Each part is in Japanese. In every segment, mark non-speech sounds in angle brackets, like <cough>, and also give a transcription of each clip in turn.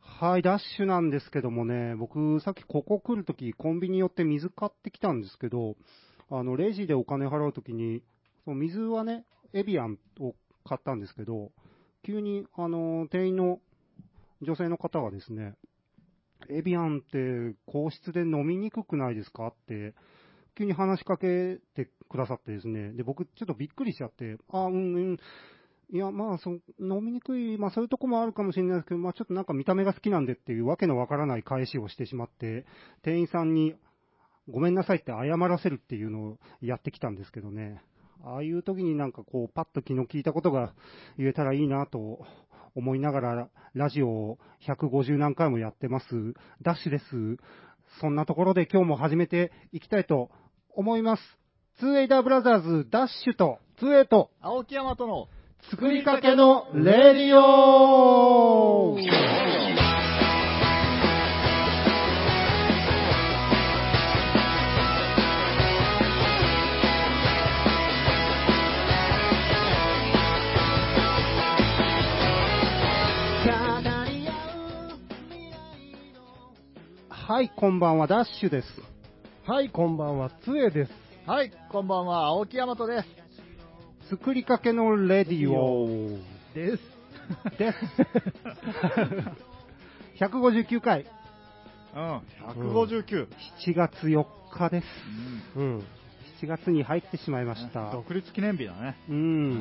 はい、ダッシュなんですけどもね、僕、さっきここ来るとき、コンビニ寄って水買ってきたんですけど、あの、レジでお金払うときに、その水はね、エビアンを買ったんですけど、急に、あの、店員の女性の方がですね、エビアンって皇室で飲みにくくないですかって、急に話しかけてくださってですね、で、僕ちょっとびっくりしちゃって、あ、うんうん、いや、まあ、そう、飲みにくい、まあそういうとこもあるかもしれないですけど、まあちょっとなんか見た目が好きなんでっていうわけのわからない返しをしてしまって、店員さんにごめんなさいって謝らせるっていうのをやってきたんですけどね。ああいう時になんかこう、パッと気の利いたことが言えたらいいなと思いながら、ラジオを150何回もやってます。ダッシュです。そんなところで今日も始めていきたいと思います。ツーエイダーブラザーズ、ダッシュと、ツーエイと、青木山との、作りかけのレディオはい、こんばんは、ダッシュです。はい、こんばんは、つえです。はい、こんばんは、青木山とです。作りかけのレディオです。です。159回、うん、159。 7月4日です。うん。 7月に入ってしまいまうんした。独立記念日だね。う。うん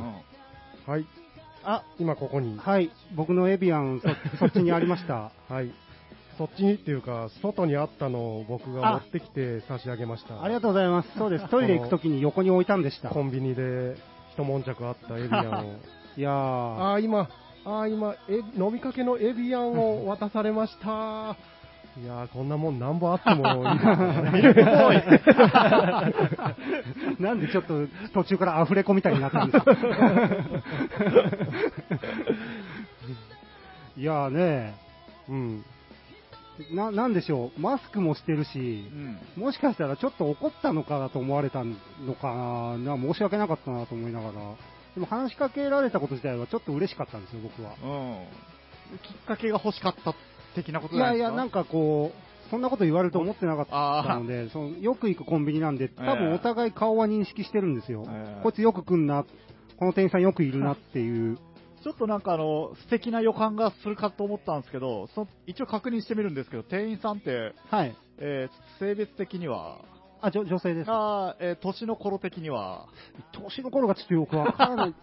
はい。あ、今ここに。はい、僕のエビアン、そ <laughs> そっちにありました。はい。そっちにっていうか、外にあったのを僕が持ってきて差し上げました。ありがとうございます。そうです。トイレ行くときに横に置いたんでした。コンビニで一悶着あったエビアンを。いやー、あー、今、あー、今、え飲みかけのエビアンを渡されました。いやー、こんなもんなんぼあってもいいですよね。 <laughs> なんでちょっと途中からアフレコみたいになったんですか。 <laughs> いやーね、うん。な、なんでしょう、マスクもしてるしう、ん。もしかしたらちょっと怒ったのかなと思われたのかな、な申し訳なかったなと思いながら、でも話しかけられたこと自体はちょっと嬉しかったんですよ、僕は。うん。きっかけが欲しかった的なこといじゃなやいいですや、か。なんかこう、そんなこと言われると思ってなかったので、そのよく行くコンビニなんで、多分お互い顔は認識してるんですよ、ええこいつよく来んな、この店員さんよくいるなっていう、ちょっとなんかあの、素敵な予感がするかと思ったんですけど、そ一応確認してみるんですけど、店員さんって、はい、えー性別的には、あ女女性です、あーえー年の頃的には、年の頃がちょっとよくわからない、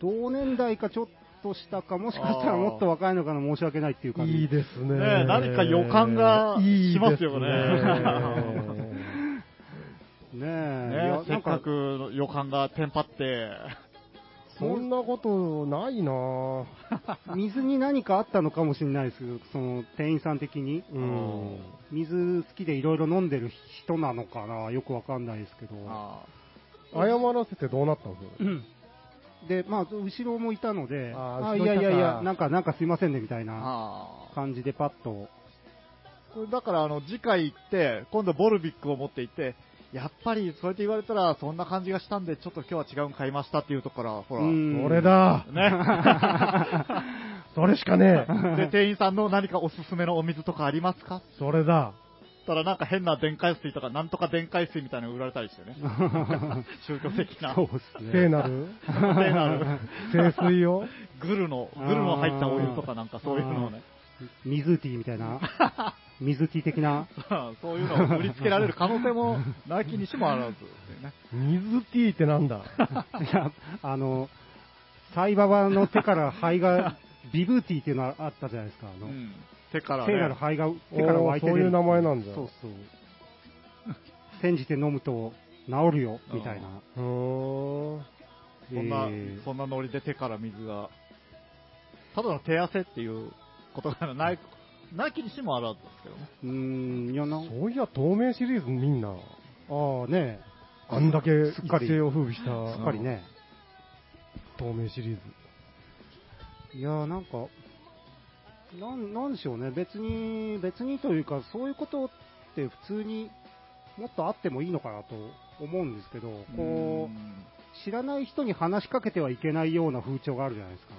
同年代かちょっとしたか、もしかしたらもっと若いのかな、申し訳ないっていう感じ。いいですねねえ何か予感がしますよねいいですねねえ、いねや、せなっんかか、くの予感がテンパって、 <laughs> そんなことないなぁ。水に何かあったのかもしれないですけど、その店員さん的に。うん。水好きでいろいろ飲んでる人なのかな、よくわかんないですけど。あ謝らせてどうなったんですで、まあ、後ろもいたので、あーあー後いろやいたかいやいや、なんか、なんかすいませんね、みたいーなあー感じでパッと。これだからあの次回行って、今度ボルビックを持って行って、やっぱりそうやって言われたら、そんな感じがしたんで、ちょっと今日は違うん買いましたっていうところから、ほら、うんそれ。だそれしかねえ <laughs> で店員さんの何かおすすめのお水とかありますかってそれだ言ったら、なんか変な電解水とか、なんとか電解水みたいなの売られたり <laughs> してね、宗教的な、 <laughs> そう聖ですね。なる聖なる <laughs> 聖水をグルの、グルの入ったお湯とか、なんかそういうのをね、水ティーみたいな。水ティー的な。 <laughs> <laughs> そういうのを売りつけられる可能性もなきにしもあらずっていうね。水ティーってなんだいや、あの、サイババの手から肺が、ビブーティーっていうのあったじゃないですか。あうの、ん、手から聖なるね、肺が手から湧いて出るおーそういう名前なんだそうそう。煎じて飲むと治るよ、みたいな。うーんそんな、えーそんなノリで手から水が、ただの手汗っていうことがない、 <laughs> ない気にしてもあるんですけどね。うーん、いや、なんそういや透明シリーズみんなああね、あんだけすっか一り世を風靡したすっかりね。透明シリーズいやーなんか、なん、なんでしょうね、別に、別にというか、そういうことって普通にもっとあってもいいのかなと思うんですけど、こう、知らない人に話しかけてはいけないような風潮があるじゃないですか。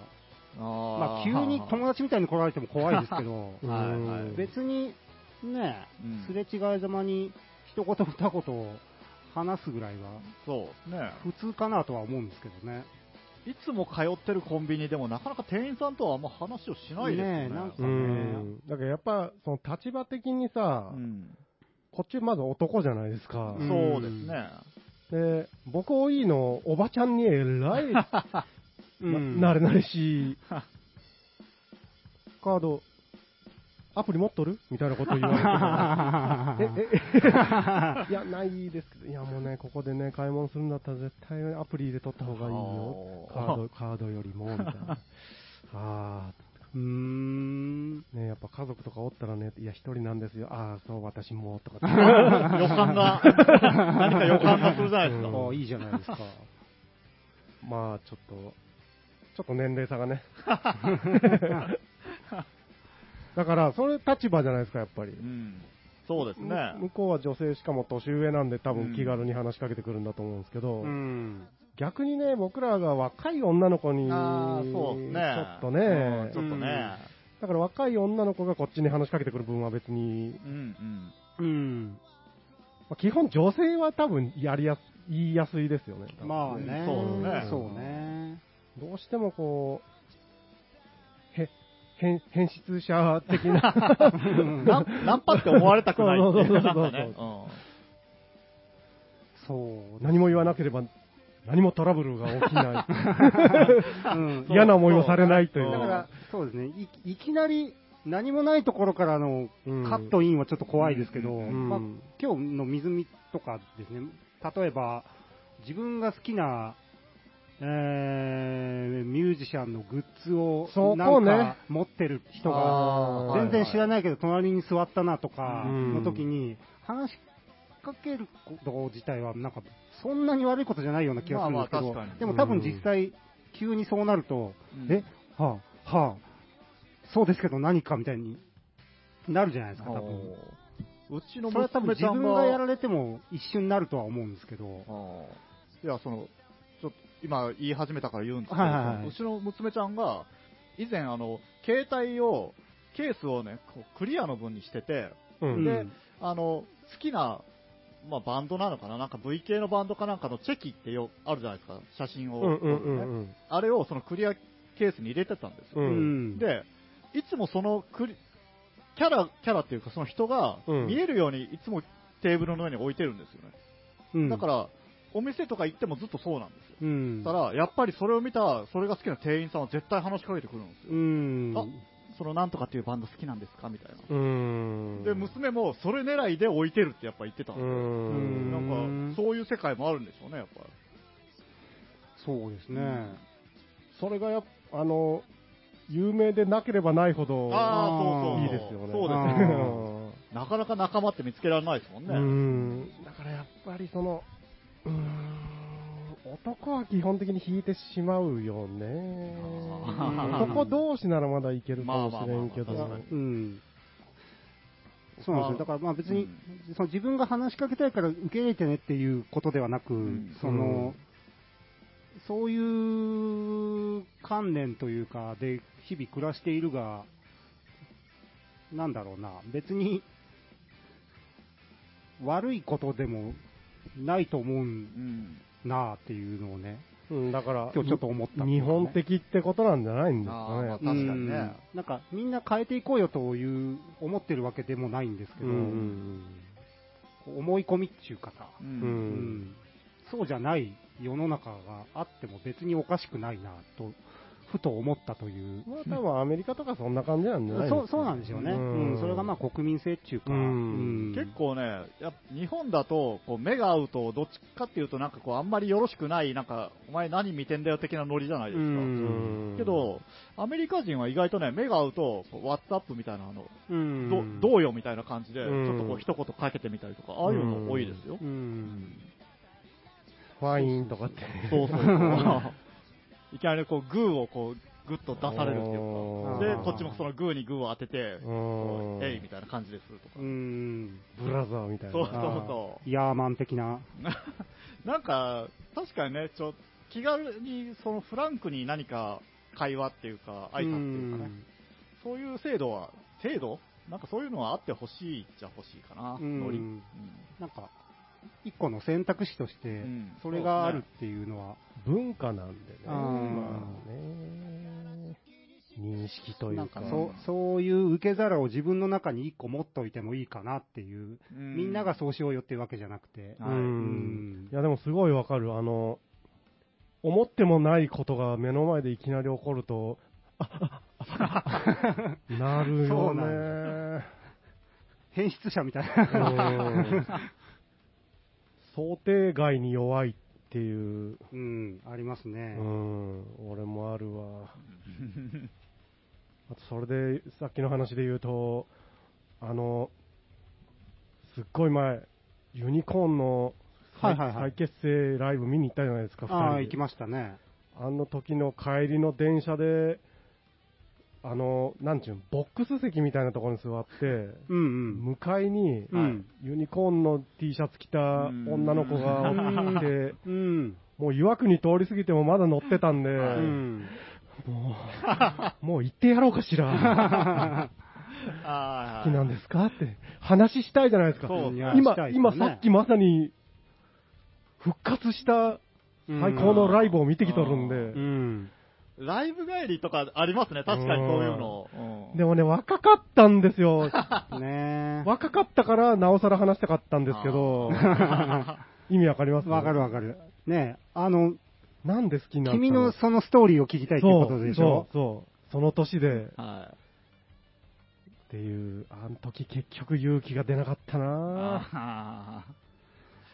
まあ、あー急に友達みたいに来られても怖いですけど、達はいは <laughs> うんい。別にねうん、すれ違いざまに一言二言を話すぐらいはそうですね。普通かなとは思うんですけどね。いつも通ってるコンビニでもなかなか店員さんとはあんま話をしないですよねえね。なんかうねん。だからやっぱ、その立場的にさ、うんこっちまず男じゃないですか。うんそうです <laughs> ね。で、僕多いの、おばちゃんにえらい、なな <laughs> れなれしい、 <laughs> カード、アプリ持っとるみたいなこと言われ <laughs> てえ、え、 <laughs> え、いや、ないですけど、いやもうね、ここでね、買い物するんだったら絶対アプリ入れとった方がいいよ。カード、カードよりも、みたいな。あうーん。ーね、やっぱ家族とかおったらね、いや、一人なんですよ。ああ、そう、私も、とかって。予感が、 <laughs> 何か予感がするじゃないですか。うんああ、いいじゃないです <laughs> か。まあ、ちょっと、ちょっと年齢差が <laughs> ね。だから、それ立場じゃないですか、やっぱりう。んそうですね。向こうは女性しかも年上なんで多分気軽に話しかけてくるんだと思うんですけど、うん。逆にね、僕らが若い女の子に、ああ、そうですね。ちょっとうねんち、ょっとね。だから若い女の子がこっちに話しかけてくる分は別に、うんうん。うん。まあ基本女性は多分やりやす、言いやすいですよね。多分まあね。そうねそう <laughs> ね。どうしてもこう、へ、変、変質者的な、うんナンナンパって思われたくないっていそうう、そなうんそうそかうね。うんそう。何も言わなければ、何もトラブルが起きない。うん嫌な思いをされないとい。そうだから、そうですね。いいきなり何もないところからのうんカットインはちょっと怖いですけど、うんまあ、今日の水見とかですね、例えば、自分が好きな、えーミュージシャンのグッズをそなこんねか持ってる人が、あー全然知らはいないけど、隣に座ったなとかうんの時に、話しかけること自体は、なんか、そんなに悪いことじゃないような気がするんですけど、まあまあ確かにでも多分実際、急にそうなると、うんえ、はあ、はあ、そうですけど何かみたいになるじゃないですか、多分。おーうちのそれは多分娘自ちゃん分がやが、られても一瞬になるとは思うんですけど。あーいや、その、ちょっと今言い始めたから言うんですけど、はいはいはいうちの娘ちゃんが、以前、あの、携帯を、ケースをね、こうクリアの分にしてて、うう。んであの、好きな、まあ、バンドなのかななんか V 系のバンドかなんかのチェキってよ、あるじゃないですか。写真うをん撮うるね、んうんうん。あれをそのクリアケースに入れてたんですうよ。んで、で、いつもそのクリ、キャラ、キャラっていうかその人がうん見えるようにいつもテーブルの上に置いてるんですよね。うんだから、お店とか行ってもずっとそうなんですよ。うん。だから、やっぱりそれを見た、それが好きな店員さんは絶対話しかけてくるんですよ。うん。あそのなんとかっていうバンド好きなんですかみたいな。うん。で、娘もそれ狙いで置いてるってやっぱ言ってたんう。ですよ。うんんなんか、そういう世界もあるんでしょうね、やっぱ。そうですね。それがやっぱ、あの、有名でなければないほど、ああ、そういそういですよね。そうあでーすね。なかなか仲間って見つけられないですもんうね。ん。だからやっぱりその、うーん、男は基本的に引いてしまうよね。あー男同士ならまだいけるかもしれんけまど。あまあまあまあ確うかん。そうなんですよ。だからまあ別に、その自分が話しかけたいから受け入れてねっていうことではなく、んその、そういう観念というか、で、日々暮らしているが、なんだろうな、別に、悪いことでもないと思ううん。なあっていうのをね、うん、だから、今日ちょっと思った、日本。的ってことなんじゃないんですかね。あーうまん確かにねなんか、みんな変えていこうよという、思ってるわけでもないんですけうど、ん思い込みっていうかさ、う。うんうんんそうじゃない世の中があっても別におかしくないなと、ふと思ったというう、ん。まあ多分アメリカとかそんな感じなんじゃないそうそうなんですよね、うんうんそれがまあ国民性っていうか、うん結構ね、やっぱ日本だと、こう目が合うと、どっちかっていうと、なんかこう、あんまりよろしくない、なんか、お前何見てんだよ的なノリじゃないでうすんか。け、ど、アメリカ人は意外とね、目が合うと、ワッツアップみたいな、あの、うんどどうよみたいな感じで、ちうんょっとこう、一言かけてみたりとか、ああいうの多いですよ。うんファインとかって。そうそうそう。いきなりこう、グーをこう、グッと出されるっていうあか。ーで、こっちもそのグーにグーを当てて、のえいみたいな感じでするとか <laughs> う。んブラザーみたいな。そうあーそヤーマン的な、なんか、確かにね、ちょ、気軽に、そのフランクに何か会話っていうか、挨拶っていうかね。そういう制度は、制度なんかそういうのはあってほしいっちゃほしいかな、うんノリ。ううんんなんか、一個の選択肢としてうん、それがあるっていうのは、文化なんでね。あーまあね。認識といなんうかか。そうそういう受け皿を自分の中に一個持っといてもいいかなっていう、みんながそうしようよっていうわけじゃなくて、はいうんうんいやでもすごいわかる。あの、思ってもないことが目の前でいきなり起こる <laughs> と、ああああなるそうよなね。変質者みたいな。 <laughs> うん想定外に弱いって <laughs> いう、うん、ありますうね。ん、俺もあるわ。 <laughs> あとそれで、さっきの話で言うと、あの、すっごい前、ユニコーンのは再,、いはいはい結成ライブ見に行ったじゃないですか、ああ、行二人きでましたね。あの時の帰りの電車で、あの、なんちゅうのボックス席みたいなところに座って、うんうん。向かいに、うんはいユニコーンの T シャツ着た女の子がおって、うん。もう岩国通り過ぎてもまだ乗ってたんで、うん。もう、もう行ってやろうかしら。あ好ーきなんですかって話したいじゃないですか。そうですね今したい、ですね今さっきまさに復活した最高のライブを見てきとるんで、うん。ライブ帰りとかありますね、確かにそういうの。うんでもね、若かったんですよ。 <laughs> ねえ。若かったからなおさら話したかったんですけど、意味わかりますわかるわかる。ねえ、あの、なんで好きになったの君のそのストーリーを聞きたいっていうことでしょそう、そう、そうその年でっはい。ていう、あの時結局勇気が出なかったなあー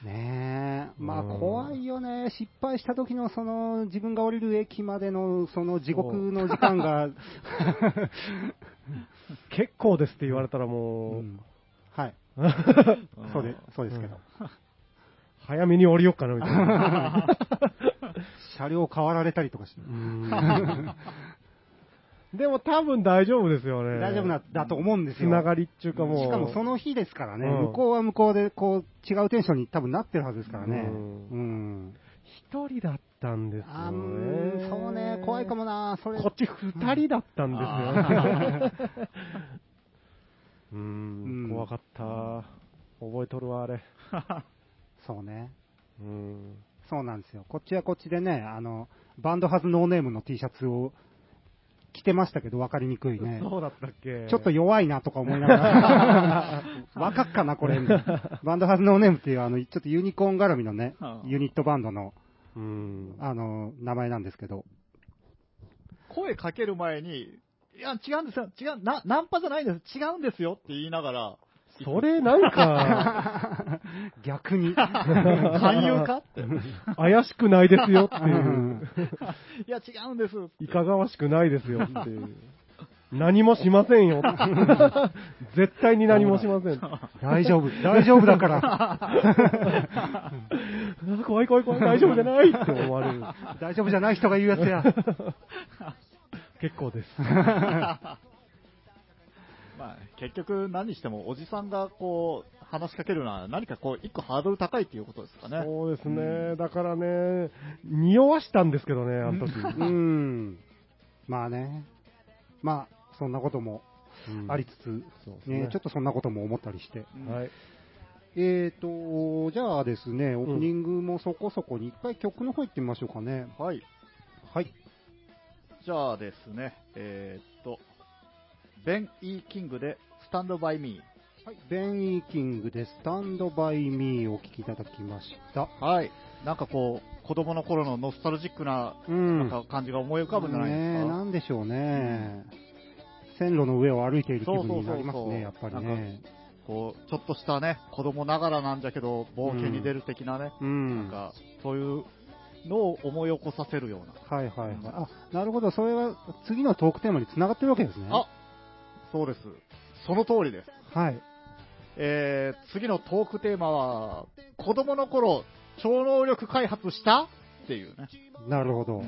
ねえ。まあうん怖いよね。失敗した時のその自分が降りる駅までのその地獄の時間 <laughs> が、結構ですって言われたらもう、うんはい。うんそうで、そうですけど。 <laughs> 早めに降りようかなみたいな。 <laughs> 車両変わられたりとかして。でも多分大丈夫ですよね。大丈夫な、だと思うんですつよ。ながりっていうかもう。しかもその日ですからね、うん向こうは向こうでこう違うテンションに多分なってるはずですからね。ううんん。一人だったんですよね。あーうんそうね、怖いかもな、それ。こっち二人だったんですよ。 <laughs> ううんん、怖かった。覚えとるわ、あれ。そうね。うん。そうなんですよ。こっちはこっちでね、あの、バンドハズノーネームの T シャツを着てましたけど、わかりにくいね。そうだったっけちょっと弱いなとか思いながら。若っかな、これ。バンドハズノーネームっていう、あの、ちょっとユニコーン絡みのねあ、あユニットバンドの、うん。あの、名前なんですけど。声かける前に、いや、違うんですよ、違う、な、ナンパじゃないんです、違うんですよって言いながら、それなんか、逆に。勧誘かって。怪しくないですよって <laughs> いう。いや、違うんです。 <laughs> いかがわしくないですよっていう。何もしませんよ。絶対に何もしません。大丈夫、大丈夫だから。あ <laughs> 怖い怖い怖い、大丈夫じゃないって思われる。大丈夫じゃない人が言うやつや。結構です。まあ、結局何にしてもおじさんがこう、話しかけるのは何かこう、一個ハードル高いっていうことですかね。そうですね。だからね、匂わしたんですけどね、あの時。うん。まあね。まあ、そんなこともうんありつつ、そうですねねちょっとそんなことも思ったりして。うんはい。えーと、じゃあですね、オープニングもそこそこに、一回曲の方行ってみましょうかね。はい。はい。じゃあですね、えーっと、ベン・イー・キングで、スタンド・バイ・ミベン・イーキングで、スタンド・バイ・ミーをお聴きいただきました。ー。はい。なんかこう、子供の頃のノスタルジックな、うん。なんか感じが思い浮かぶんじゃないですねえか。なんでしょうね。線路の上を歩いている気分そうそうそうそになうりますね、やっぱりね。こう、ちょっとしたね、子供ながらなんじゃけど、冒険に出る的なね、うん。なんか、そういうのを思い起こさせるような。はいはいはい。あ、なるほど。それは次のトークテーマに繋がってるわけですね。あそうです。その通りです。はい。えー、次のトークテーマは、子供の頃、超能力開発したっていうね。なるほど。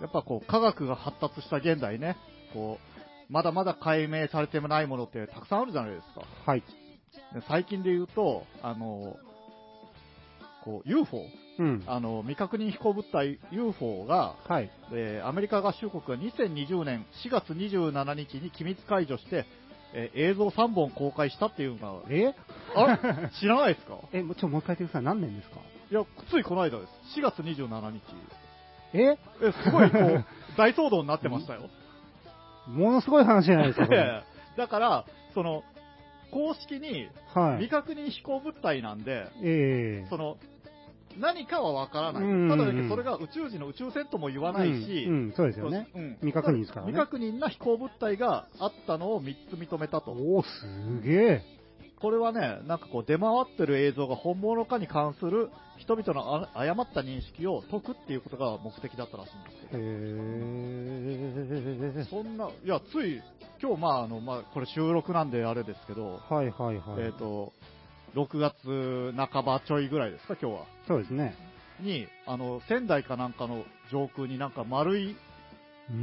やっぱこう、科学が発達した現代ね、こう、まだまだ解明されてもないものってたくさんあるじゃないですか。はい。で最近で言うと、あの、こう UFO、うん。あの未確認飛行物体 UFO が、はい。えーアメリカ合衆国が2020年4月27日に機密解除して、えー映像3本公開したっていうのが、えあ <laughs> れ知らないですかえ、もうちょ、もう一回言ってください。何年ですかいや、ついこの間です。4月27日。ええ、すごい <laughs> こう、大騒動になってましたよ。ものすごい話じゃないです <laughs> か、これ。だから、その、公式には未い。確認飛行物体なんで、ええその、何かはわからない。うんただだけどそれが宇宙人の宇宙船とも言わないし、うん、うんそうですよね。うん未確認ですからね未確認な飛行物体があったのを3つ認めたと。おお、すげえ。これはね、なんかこう出回ってる映像が本物かに関する人々のあ誤った認識を解くっていうことが目的だったらしいんですよへえ。そんな、いや、つい、今日、まあ、あの、まあ、これ収録なんであれですけど、はいはいはい。えっ、と、6月半ばちょいぐらいですか、今日は。そうですね。に、あの、仙台かなんかの上空になんか丸いうー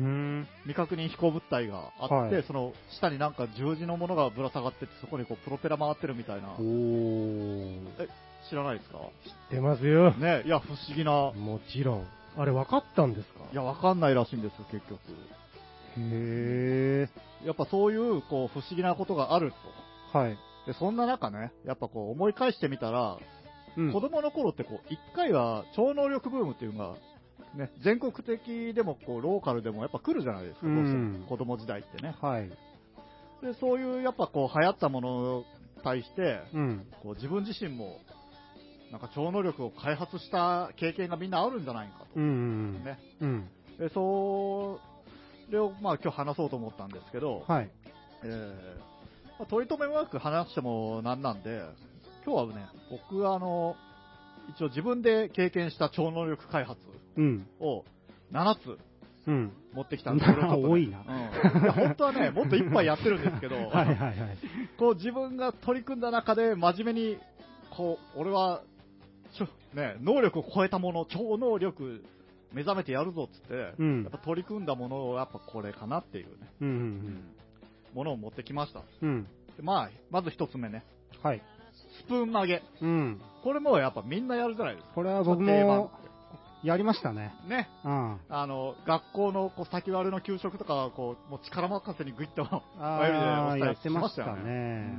ん。未確認飛行物体があって、はいその下になんか十字のものがぶら下がってて、そこにこうプロペラ回ってるみたいなお、ー。知らないですか出ますよ。ね、いや、不思議な、もちろん。あれ分かったんですかいや、わかんないらしいんですよ、結局。へえ。やっぱそういう、こう、不思議なことがあるはい。と。で、そんな中ね、やっぱこう、思い返してみたら、うん子。供の頃ってこう、一回は超能力ブームっていうのが、ね、全国的でもこう、ローカルでもやっぱ来るじゃないですか、うんどうしても子供時代ってね。はい。で、そういうやっぱこう、流行ったものに対して、うん。こう、自分自身も、なんか超能力を開発した経験がみんなあるんじゃないかうんうんと。うん。ね。うん。で、それをまあ今日話そうと思ったんですけど、はい。えーまあ、取り留めもなく話してもなんなんで、今日はね、僕はあの、一応自分で経験した超能力開発うん。を7つうん。持ってきたんですけど、ちょっとね <laughs> 多いなうんいや本当はね、もっといっぱいやってるんですけ <laughs> ど、はいはいはい。こう自分が取り組んだ中で真面目に、こう、俺は、ちょね、能力を超えたもの、超能力目覚めてやるぞっつって、うやんっぱ。取り組んだものをやっぱこれかなっていうね、うん。ううんんものを持ってきました。うん。うん。でまあ、まず一つ目ね。はい。スプーン曲げ。うん。これもやっぱみんなやるじゃないですか。これは僕定番もやりましたね。ね。うん。あの、学校のこう先割れの給食とかはこう、もう力任せにグイッとああ、親指でや押ってましたしましたよね。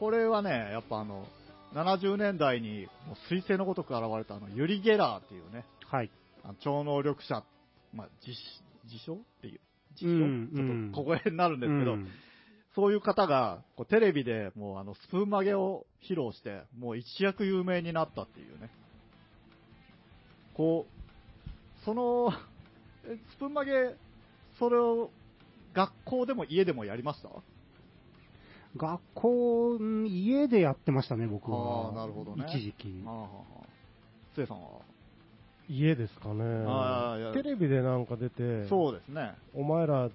これはね、やっぱあの、70年代にもう彗星のごとく現れたあの、ユリ・ゲラーっていうね、はい。あの超能力者、まあ、自、自称っていう。自称、うんうんちょっと小声になるんですけど、うんそういう方が、こうテレビでもうあの、スプーン曲げを披露して、もう一躍有名になったっていうね。こう、その、えスプーン曲げ、それを学校でも家でもやりました学校、うん家でやってましたね、僕は。あーなるほどね一時期あ。あ、つえさんは。家ですあかーいねや。テレビでなんか出て、そうですね。 <laughs> お前ら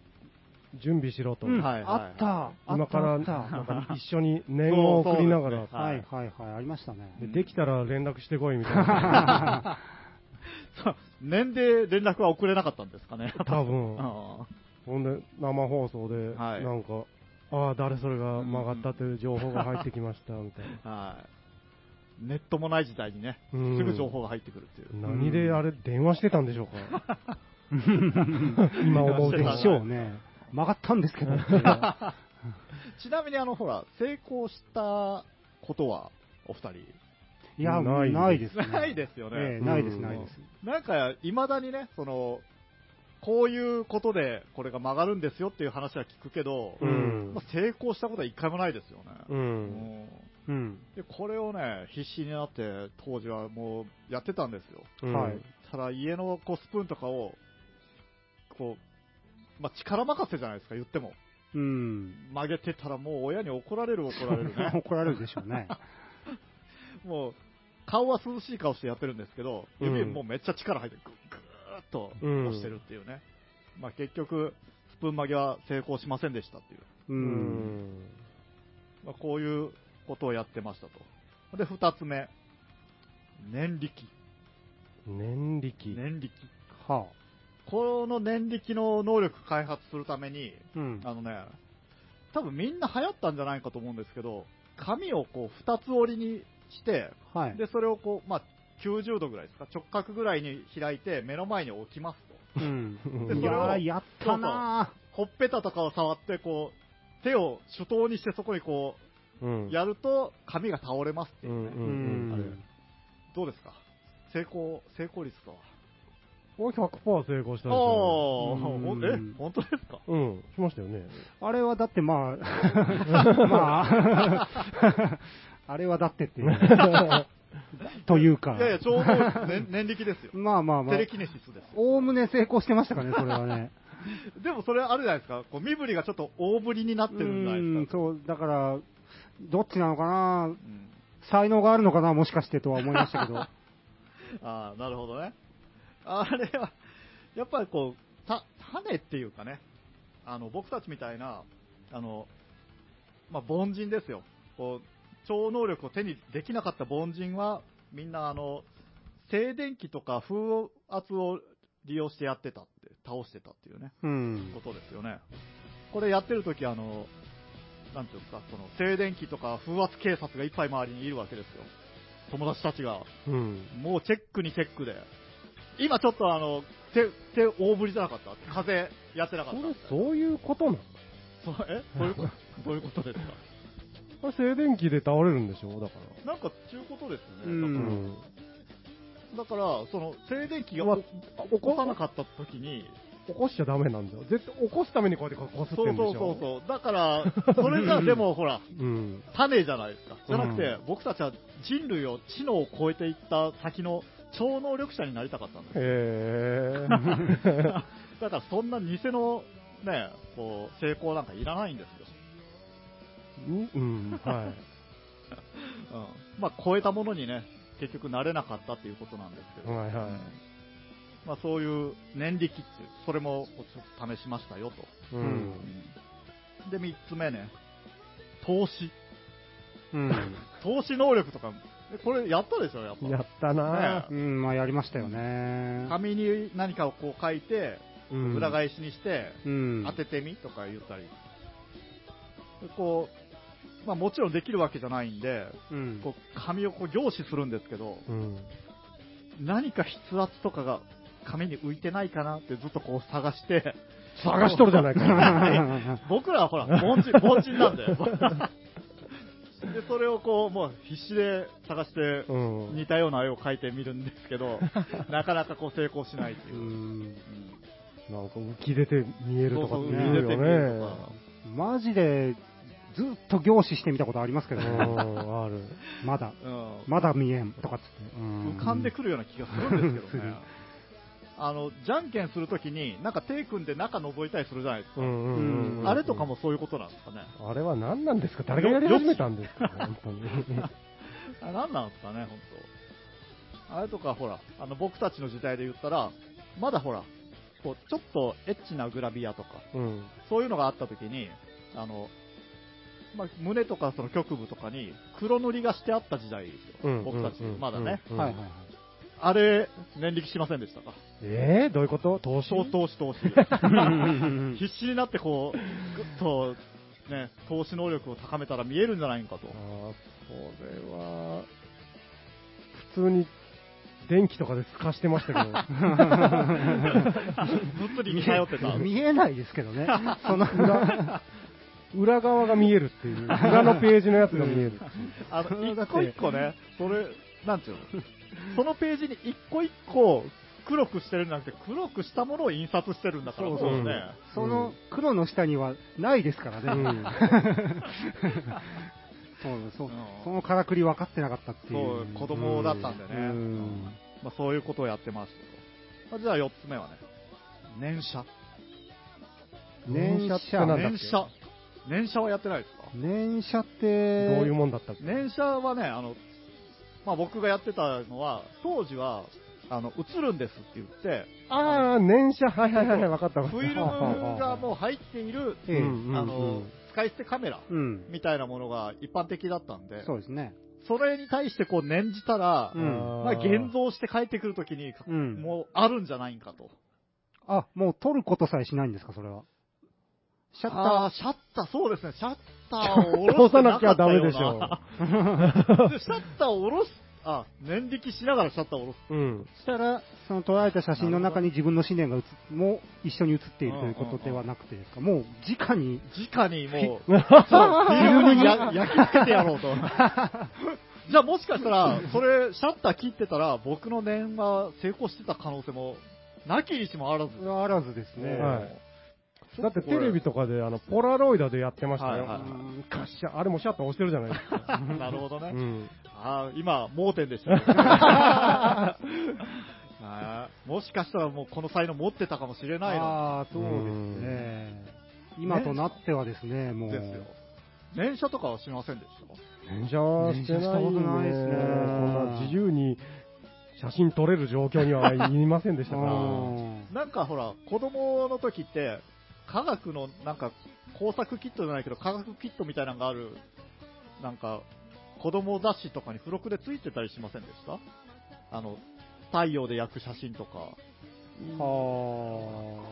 準備しろと。うん、はいはいあった。あ今ったかあらっなんた。か一緒に念を送りながそうそうらですねはいはいはい、ありましたね。で、うんできたら連絡してこいみたいな。 <laughs> そう年で連絡は遅れなかったんですかね。 <laughs> 多う分。んほんで、生放送で、はいなんか、ああ、誰それが曲がったという情報が入ってきました、みたいな。はい。ネットもない時代にね、うんすぐ情報が入ってくるっていう。何であれ、電話してたんでしょう <laughs> か。 <laughs> 今思うで電話ししてたょうね。曲がったんですけ <laughs> ど。はちなみにあの、ほら、成功したことは、お二人。いや、ないないですね。ないですよねええないです、うんないです。なんか、未だにね、その、こういうことでこれが曲がるんですよっていう話は聞くけど、うんまあ、成功したことは一回もないですよね。うん。うんうん。でこれをね、必死になって、当時はもうやってたんですよ。うんはいただ家のこうスプーンとかを、こう、まあ、力任せじゃないですか、言っても。うん。曲げてたらもう親に怒られる怒られる <laughs> ね。怒られるでしょう <laughs> ね。もう、顔は涼しい顔してやってるんですけど、うん指もうめっちゃ力入って、ぐぐーっと押してるっていうね。まあ、結局、スプーン曲げは成功しませんでしたっていう。う。うんん。まあ、こういうことをやってましたと。で、二つ目。念力。念力。念力。はあ。この念力の能力開発するために、うん。あのね、多分みんな流行ったんじゃないかと思うんですけど、紙をこう二つ折りにして、はい。で、それをこう、まあ、90度ぐらいですか、直角ぐらいに開いて、目の前に置きますと。うん。でいそれやをー、やったなほっぺたとかを触って、こう、手を手刀にしてそこにこうんう、やると、紙が倒れますってういんううね。ーうんうんん。どうですか成功、成功率か。これ100%成功しああたんですようー、んほんえ、本当ですかね。うん、しましたよね。あれはだってまあ、 <laughs> まあ、 <laughs> あれはだってって <laughs> いう。というかい、やいや、ちょうど年年力ですよ。まあまあまあテレ、キネシスですよ。おおむね成功してましたかね、それはね。 <laughs> でもそれあるじゃないですか。こう身振りがちょっと大振りになってるんじゃなういでんすか。そう、だから、どっちなのかなうん才能があるのかなもしかしてとは思いましたけど。ああ、なるほどね。あれは、やっぱりこう、た、種っていうかね、あの、僕たちみたいな、あの、まあ、凡人ですよ。こう、超能力を手にできなかった凡人は、みんなあの、静電気とか風圧を利用してやってたって、倒してた <laughs> っていうね、うんこ。とですよね。これやってるときあの、なんていうんですか、その、静電気とか風圧警察がいっぱい周りにいるわけですよ。友達たちが。うん。もうチェックにチェックで。今ちょっとあの、手、手大振りじゃなかった風やってなかこったれ、そういうことなのそうえどういうこと、どういうことですかこれ静電気で倒れるんでしょだかなんか、ちゅうことですうね。ら。うんん。だから、だからその、静電気がうわ起起こさなかった時に、起こしちゃダメなんだよ。絶対起こすためにこうやってこすってそるうんでそうしょそうそう。だから、それじゃでもほら、う。うん。種じゃないですか。じゃなくて、う僕たちは人類を知能を超えていった先の超能力者になりたかったんですよへえ。だからそんな偽のね、こう、成功なんかいらないんですよ。うん、はい。うんまあ、超えたものにね、結局なれなかったっていうことなんですけど、はいはいうんまあ、そういう念力っていう、それもちょっと試しましたよと。ううんん。で、3つ目ね、投資。うん。投資能力とか、えこれやったでしょ、やっぱ。やったねなうん、まあやりましたよね。紙に何かをこう書いて、うん裏返しにして、うん。当ててみとか言ったり。でこう、まあもちろんできるわけじゃないんで、うん。こう紙をこう凝視するんですけど、うん。何か筆圧とかが紙に浮いてないかなってずっとこう探して、探しとるじゃないか。 <laughs> 僕らはほら、凡人、凡人なんで。で、それをこう、もう必死で探して、うん。似たような絵を描いてみるんですけど、なかなかこう成功しないっていうう。うんんなんか浮き出て見えるとかって言うそうそう浮き出てよ見えるとねか。マジで、ずっと凝視してみたことありますけ <laughs> うどね、ん、ある。まだ、うんまだ見えんとかっつって。うん浮かんでくるような気がするんですけどねする。 <laughs> あの、じゃんけんするときに、なんか手組んで中覗いたりするじゃないですうか。んうんうんうん。あれとか。もそういうことなんですかね。あれは何なんですか誰がやり始めたんですか本当に。あ何なんですかね、本当。あれとか、ほら、あの僕たちの時代で言ったら、まだほら、こうちょっとエッチなグラビアとか、うん。そういうのがあった時に、あの、まあ、胸とかその局部とかに黒塗りがしてあった時代ですうよ、ん僕たち、うんまだね、うんはいはいはい。あれ、念力しませんでしたか、ええどういうこと投資投投資、投資、<laughs> 必死になってこう、ぐっと、ね、投資能力を高めたら見えるんじゃないか <laughs> とあ、あ、それは、普通に電気とかで透かしてましたけど。物理に頼ってた、 <laughs> 見えないですけどね。その、 <laughs> 裏、裏側が見えるっていう。裏のページのやつが見える。あそれの、はだっ一て個一個ね、それ、なんていうの、そのページに一個一個黒くしてるんじゃなくて、黒くしたものを印刷してるんだから、そうそうもね。その黒の下にはないですからうね。ん <laughs> そうそううんそのからくり分かってなかったってそいうう。子供だったんでね、うんまあ、そういうことをやってましたと、まあ、じゃあ4つ目はね年車年車ってなんだっけ年車年車はやってないですか年車って、どういうもんだったっけ年車はねあの、まあ、僕がやってたのは当時はあの映るんですって言ってああ、年車、はいはいはいはい、わかったわかフっィルた。ムがもう入っているええうんあの使い捨てカメラうん。みたいなものが一般的だったんでそうですね。それに対してこう念じたら、うんまあ、現像して帰ってくるときに、うんもうあるんじゃないんかと。あ、もう撮ることさえしないんですか、それは。シャッタあーシャッター、そうですね、シャッターを下ろさてなきかゃったダよメでしょ。でシャッターを下ろす、あ、念力しながらシャッターを下ろす。うん。ーしたら、その撮られた写真の中に自分の思念が写っも一緒に写っているということではなくてですか、もう直に、直にもう、あビルムに <laughs> や焼き付けてやろうと。 <laughs> じゃあもしかしたら、それ、シャッター切ってたら、僕の念は成功してた可能性も、なきにしもあらず。あらずですね。はいだってテレビとかで、あの、ポラロイドでやってましたよ。はいはいはいうんガッシャあれもシャッター押してるじゃないです <laughs> か。なるほどね。うん。ああ、今、盲点でした <laughs> <laughs> ね。ああもしかしたらもうこの才能持ってたかもしれないのああ、そうですね。今となってはですね、もう。ですよ。連射とかはしませんでした連射はしてないね。連射したことないですねそんな自由に写真撮れる状況にはいませんでしたから。うんなんかほら、子供の時って、科学のなんか工作キットじゃないけど、科学キットみたいなのがある、なんか、子供雑誌とかに付録でついてたりしませんでしたあの、太陽で焼く写真とか、は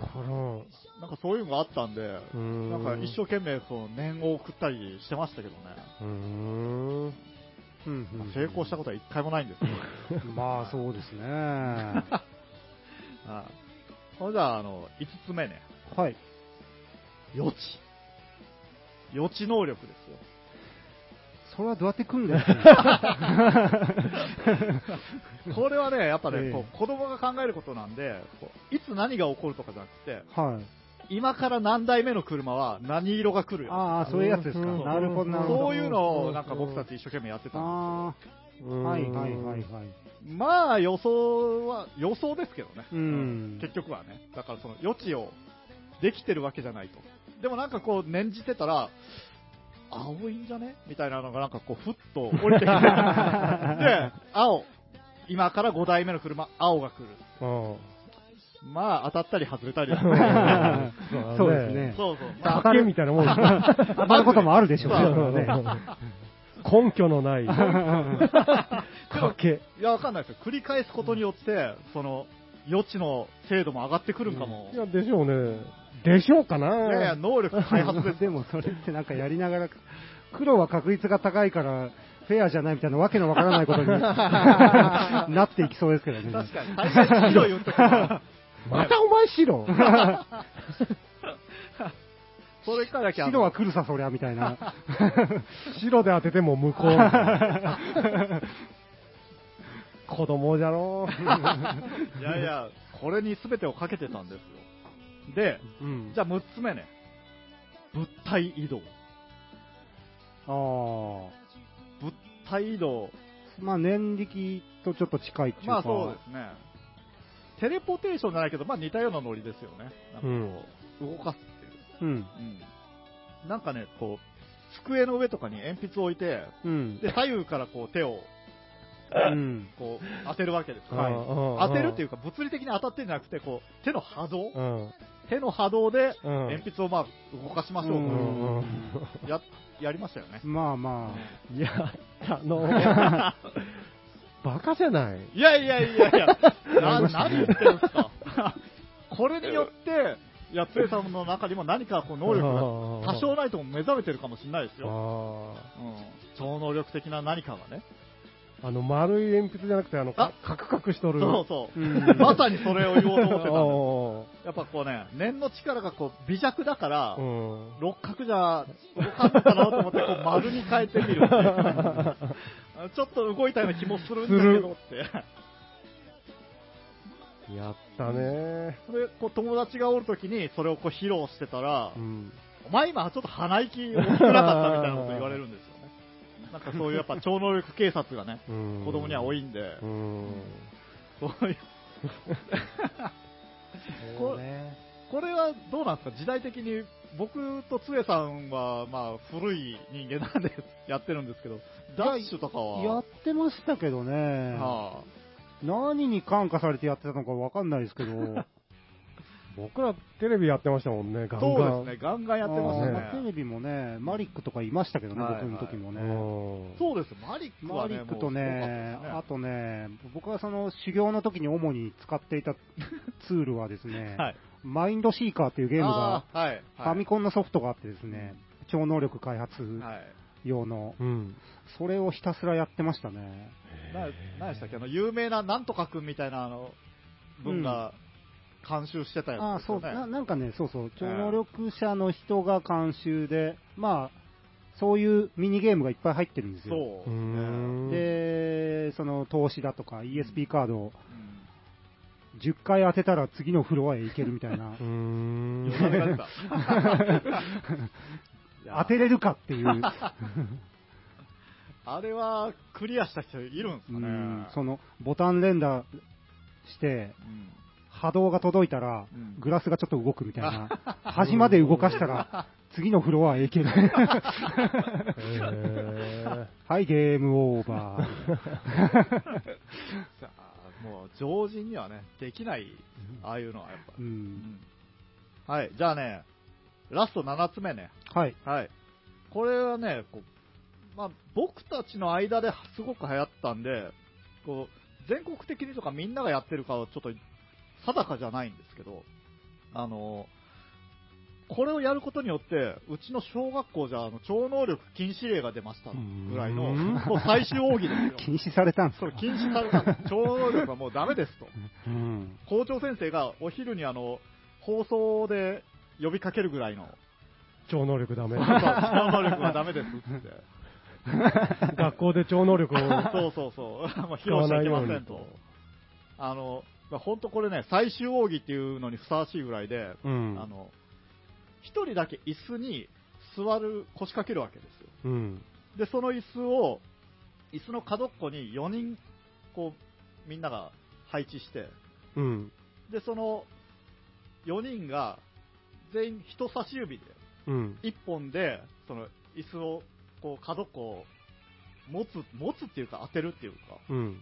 だからなんかそういうのがあったんで、うーんなんか一生懸命その念を送ったりしてましたけどね、うーん。あ。うんうん成功したことは一回もないんですけど、まあそうですね。ははいそれじゃあ、あの、5つ目ね、い。予知。予知能力ですよ。それはどうやって来るんですか <laughs> これはね、やっぱね、ええこう子供が考えることなんでこういつ何が起こるとかじゃなくて、はい。今から何台目の車は何色が来るよ。ああ、そういうやつですか。うんなるほど、なるほど。そういうのをなんか僕たち一生懸命やってた。あうーあ、んはいはいはいはい。まあ予想は、予想ですけどね。うん結局はね。だからその予知をできてるわけじゃないと。でもなんかこう念じてたら、青いんじゃねみたいなのがなんかこうふっと <laughs> 降りてきて。で、青。今から5台目の車、青が来る。うんまあ、当たったり外れ <laughs> たりそうですね。そうそう。ま <laughs> 当あたるみたいなもんですね当たることもあるでしょうね。そうそれはね根拠のない賭け。いや、わかんないですよ。繰り返すことによって、その、余地の精度も上がってくるんかも。いいや、でしょうね。でしょうかな。やいや、能力開発です。でもそれってなんかやりながら、黒は確率が高いから、フェアじゃないみたいなわけのわからないことになってい <laughs> きそうですけどね。確かに。大概白言ってく <laughs> る。またお前白それからきゃ、白は来るさ、そりゃ、みたいな。白で当てても <laughs> 向こうみたいな。子供じゃろいやいや、これに全てをかけてたんですよ。で、うんじゃあ6つ目ね。物体移動。ああ。物体移動。まあ、年力とちょっと近いっていうか。まあそうですね。テレポテーションじゃないけど、まあ似たようなノリですよね。なんかこう、動かすっうていう。ん。うんなんかね、こう、机の上とかに鉛筆を置いて、うん。で、左右からこう手をうん。こう当てるわけですよ。はい当てるっていううか、物理的に当たってんじゃなくて、こう、手の波動んうん。手の波動で、うん鉛筆をまあ、動かしましょううとんや、やりましたよ <laughs> ね。まあま。いや、あの、 <laughs> バカじゃない。いやいやいやいや、な、何言ってるんですか。 <laughs> これによって、いや、つえさんの中にも何かこう能力が多少ないとも目覚めてるかもしれないですよ。あうん。超能力的な何かがね。ーあの、丸い鉛筆じゃなくて、あの、あカクカクしとる。そうそうう。うん <laughs> まさにそれを言おうと思ってたんですお <laughs> やっぱこうね、念の力がこう微弱だから、ーうん六角じゃ動かんのかなと思ってこう丸に変えてみるっていう <laughs> ちょっと動いたような気もするんだけどって。やったねそれ、こう友達がおるときにそれをこう披露してたら、うん。お前今ちょっと鼻息大きくなかったみたいなこと言われるんですよ <laughs> ね。なんかそういうやっぱ超能力警察がね、子子供には多い。いんで、うん。そういう。そうね。これはどうなんですか時代的に僕とつえさんはまあ古い人間なんでやってるんですけど、ダッシュとかは、やってましたけどね。はあ何に感化されてやってたのかわかんないですけど。僕らテレビやってましたもんね、ガンガン。そうですね、ガンガンやってましあーたテね。レビもね、マリックとかいましたけどね、はいはい僕の時もうね。ん。そうです、マリックマはリね、ックとねもうすごかったですあと <laughs> ね、僕はその修行の時に主に使っていたツールはですね、はいマインドシーカーっていうゲームが、あーはい、ファミコンのソフトがあってですね、超能力開発ンはい。用の、うん。それをひたすらやってましたね。な何でしたっけあの、有名ななんとかくんみたいなあの、文が監修してたやあーつですそようね。な、なんかね、そうそう、超能力者の人が監修で、まあ、そういうミニゲームがいっぱい入ってるんですよ。そうでうーすね。ん、で、その投資だとか ESP カードをうん10回当てたら次のフロアへ行けるみたいなうー、ん。よだれが出たい <laughs> や当てれるかって <laughs> いう、あれはクリアした人いるんですうかね。んそのボタン連打して、うん波動が届いたらうん、グラスがちょっと動くみたい <laughs> な、端まで動かしたら、次のフロアへ行ける。へはい、ゲームオーバー。さあもう常人にはね、できない、ああいうのはやっぱ。う、うんんはい、じゃあね、ラスト7つ目ね。はい。はい。これはね、こうまあ、僕たちの間ですごく流行ったんで、こう、全国的にとかみんながやってるかはちょっと定かじゃないんですけど、あの、これをやることによって、うちの小学校じゃあの超能力禁止令が出ましたぐらいの、うんもう最終奥 <laughs> 義ですよ。禁止されたんですそかれ禁止されたんです超能力はもうダメですと。うん。校長先生がお昼にあの、放送で呼びかけるぐらいの、超能力ダメ。超能力はダメですって。学校で超能力を。そうそうそう。も <laughs> う披露しちゃいけませんと。あの、まあ、本当これね、最終奥義っていうのにふさわしいぐらいで、うん。あの、一人だけ椅子に座る、腰掛けるわけですよ。うん。で、その椅子を、椅子の角っこに4人、こう、みんなが配置して、うん。で、その4人が全員人差し指で、うん。 1本で、その椅子を、こう、角っこを持つ、持つっていうか当てるっていうか、うん。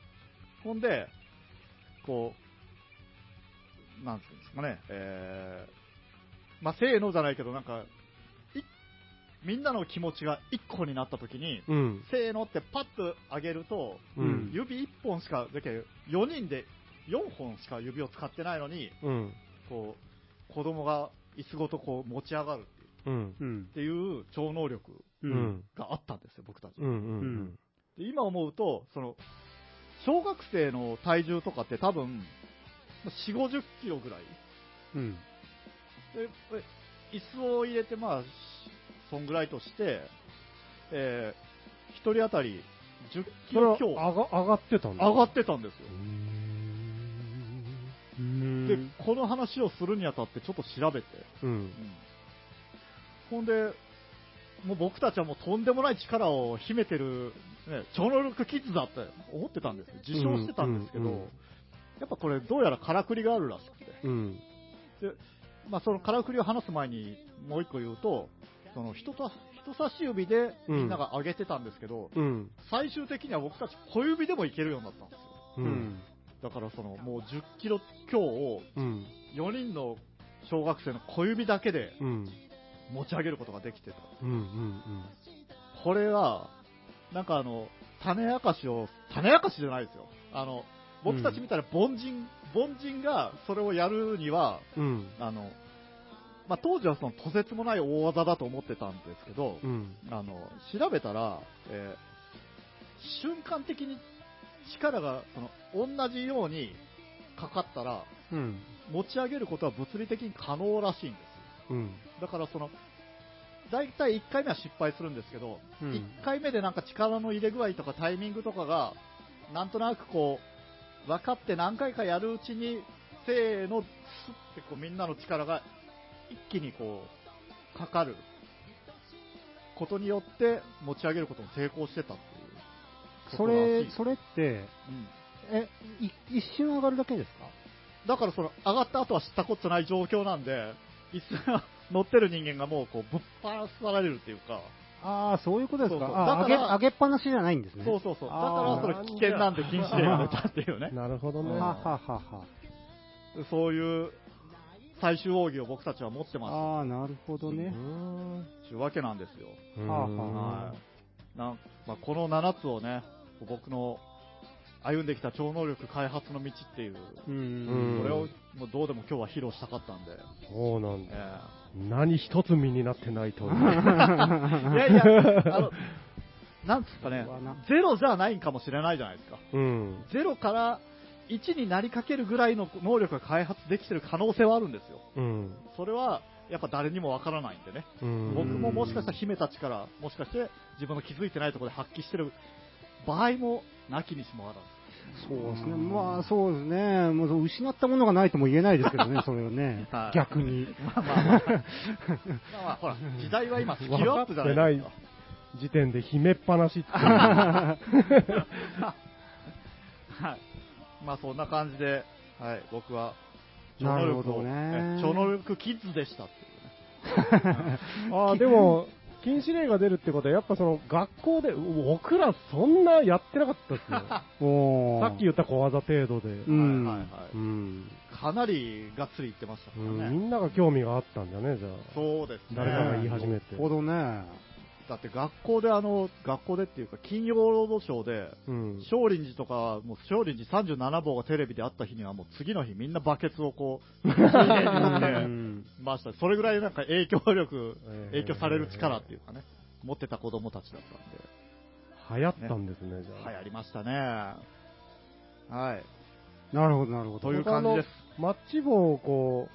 ほんで、こう、なんていうんですかね、えー、まあ、せーのじゃないけど、なんか、いみんなの気持ちが一個になったときに、うん。せーのってパッと上げると、うん。指一本しか、だけ4人で4本しか指を使ってないのに、うん。こう、子供が椅子ごとこう持ち上がるうん。うんっ。ていう超能力う。うんん。があったんですよ、僕たち。うん。うん。で今思うと、その、小学生の体重とかって多分、4、50キロぐらい。うん。で、え椅子を入れて、まあ、しそんぐらいとして、えー、一人当たり10キそれロは強上が上がってたんだ。上がってたんですよ。うんで、この話をするにあたってちょっと調べて、うん。ほんで、もう僕たちはもうとんでもない力を秘めてる、ね、超能力キッズだって思ってたんですよ自称してたんですけど、うんうんうんやっぱこれどうやらからくりがあるらしくて、うん。まあ、そのからくりを話す前にもう一個言うと、その人と人差し指でみんなが上げてたんですけど、うん。最終的には僕たち小指でもいけるようになったんですよ。う。うんん。だからそのもう10キロ強をうん。 4人の小学生の小指だけでうん。持ち上げることができてた。うん。うん。これは、なんかあの、種明かしを、種明かしじゃないですよ。あの、僕たちみたいな凡人、凡人がそれをやるには、うん。あの、まあ、当時はその、とせつもない大技だと思ってたんですけど、うん。あの、調べたら、えー瞬間的に力が、その、同じようにかかったら、うん。持ち上げることは物理的に可能らしいんですよ。うん。だからその、大体1回目は失敗するんですけど、う一ん1回目でなんか力の入れ具合とかタイミングとかが、なんとなくこう、分かって何回かやるうちに、せーの、スッてこうみんなの力が一気にこう、かかることによって持ち上げることに成功してたっていうことそらしい。れ、それって、うんえ、い一瞬上がるだけですかだからその上がった後は知ったことない状況なんで、椅子が乗ってる人間がもうこうぶっ放されるっていうか、ああ、そういうことですか。そうそうあだ上かげ、ら上げっぱなしじゃないんですね。そうそうそう。だあかーらそれ危険なんで禁止令が出たっていうね。なるほどね。はははは。そういう最終奥義を僕たちは持ってまああ、なるほどうね。ん。す。というわけなんですよ。はあはあはい。なんまあ、この7つをね、僕の歩んできた超能力開発の道っていう、うんこれをもうどうでも今日は披露したかったんで、そうなんだ。え何一つ身になってないという。 <laughs> ーいやいや、あの、なんつうかねうわな、ゼロじゃないんかもしれないじゃないですか。うん。ゼロから1になりかけるぐらいの能力が開発できてる可能性はあるんですよ。うん。それは、やっぱ誰にもわからないんでね。うん僕ももしかしたら姫たちから、もしかして自分の気づいてないところで発揮してる場合も、なきにしもあらず。そうですね、まあそうですね、もう失ったものがないとも言えないですけど <laughs> ね、それはねは、い逆に。まあまあまあ、まあまあほら、時代は今、スキルアップじゃないですか。時点で秘めっぱなしっていう。はい。まあそんな感じで、はい、僕は、超な能るほ力どを、ねえ超能力キッズでしたってああ、でも、禁止令が出るってことは、やっぱその学校で、僕らそんなやってなかったですよ。 <laughs> さおーっき言った小技程度で。ういうね。んはいはいはうい。ん。かなりがっつり言ってましたかうらんみね。んなが興味があったんだね、じゃあ。そうですね。誰かが言い始めてなる。ほどね。だって学校であの、学校でっていうか、金曜ロードショーで、うん。少林寺とか、もう少林寺37号がテレビであった日には、もう次の日みんなバケツをこ <laughs> う、水平に持うってんました。それぐらいなんか影響力、えー影響される力っていうかね、持ってた子供たちだったんで。流行ったんですね、じ流ゃあ。行りましたね。はい。なるほど、なるほど。という感じです。マッチ棒をこ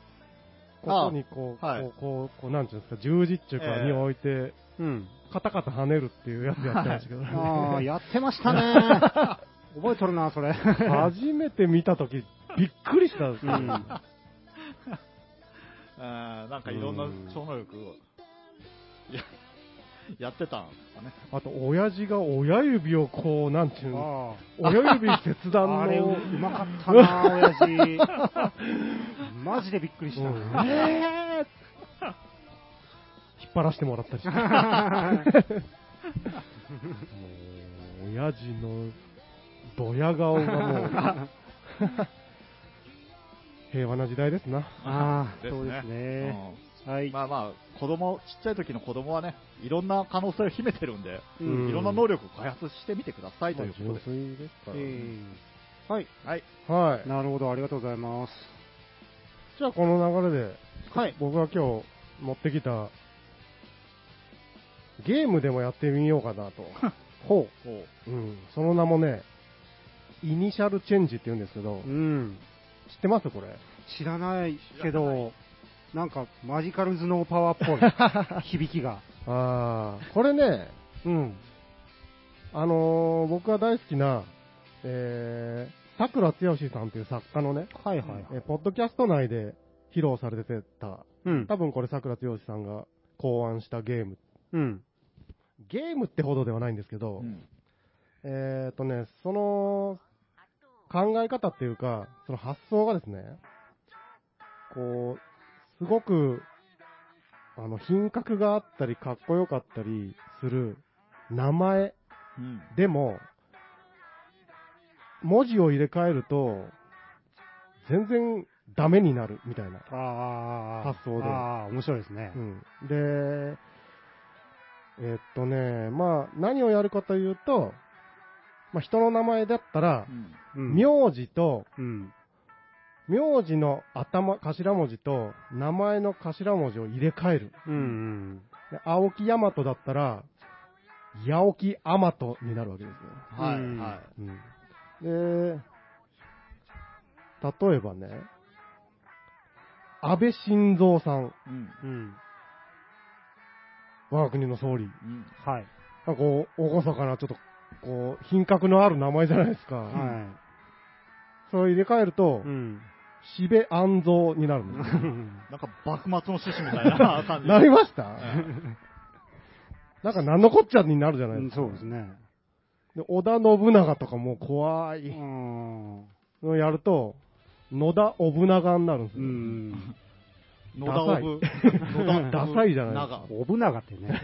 う、こああこにこう、はいこう、こう、こうなんていうんですか、十字っていうかええに置いて、うん。カタカタ跳ねるっていうやつやって <laughs> ましたけどね。ああ、やってましたね。覚えとるな、それ。 <laughs> 初めて見たとき、びっくりしたんですよ。うんえーなんかいろんな超能力を、や、やってたんですかね。あと、親父が親指をこう、なんていうの、あ親指切断 <laughs> あの、あれ、うまかったな、親父。マジでびっくりしうた。んえー引っ張らしてもらったりして。もう、親父の、ドヤ顔がもう、平和な時代ですな。ああ、ですねそうですね。はういん。まあまあ、子供、ちっちゃい時の子供はね、いろんな可能性を秘めてるんで、ういんろんな能力を開発してみてくださいということ純です。粋ですから、ええはい。はい。はい。なるほど、ありがとうございます。じゃあこの流れで、はい。僕が今日持ってきた、ゲームでもやってみようかなと。ほこう。うん。その名もね、イニシャルチェンジって言うんですけどう、ん。知ってますこれ。知らないけ知らなど、なんかマジカルズのパワーっぽい響きが。あー、これね、うん。あのー僕が大好きな、えー、さくらつよしさんっていう作家のね、はいはいはい。えーポッドキャスト内で披露されてた、うん。多分これさくらつよしさんが考案したゲーム。うん。ゲームってほどではないんですけど、ううんえーとね、その、考え方っていうか、その発想がですね、こう、すごく、あの、品格があったり、かっこよかったりする名前うんでも、文字を入れ替えると、全然ダメになるみたいな。ああ。発想でああ、面白いですねう。ん。で、えっとね、まあ、何をやるかというと、まあ、人の名前だったらう、んうん。名字と、うん。名字の頭、頭文字と、名前の頭文字を入れ替える。うんうん。で青木大和だったら、八尾木大和になるわけですよ。はい、うんはうん。で、例えばね、安倍晋三さい。ん、うん。うん。我が国の総理。うん。はい。なんかこう、厳かな、ちょっと、こう、品格のある名前じゃないですか。はそれを入れ替えるい。とう、ん。しべ安蔵になるん <laughs> ですよ。なんか幕末の志士みたいな感じ。なりました <laughs> うんなんか何のこっちゃになるじゃなういでんすか。そうですね。で織田信長とかもう怖ういん。のをやると、野田信長になるんですうよ。ん。野田オブ。野ダサいじゃないですか長。信長ってね。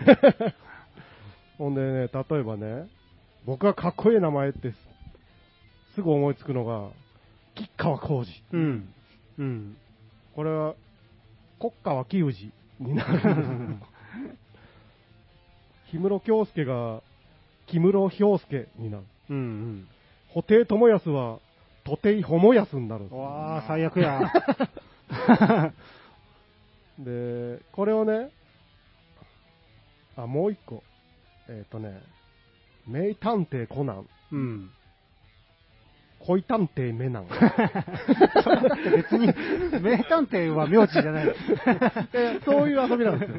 ほんでね、例えばね、僕がかっこいい名前ってすすぐ思いつくのが、吉川浩司。うん。うん。これは、国川清司になるん <laughs> ですよ。氷室京介が、木室氷介になる。うんうん。布袋友康は、土手ほもやすになるんですうよわあ、最悪や。で、これをね、あ、もう一個。えっ、とね、名探偵コナン、うん。恋探偵メナン。別に、名探偵は名字じゃ <laughs> ない。。でそういう遊びなんですよ。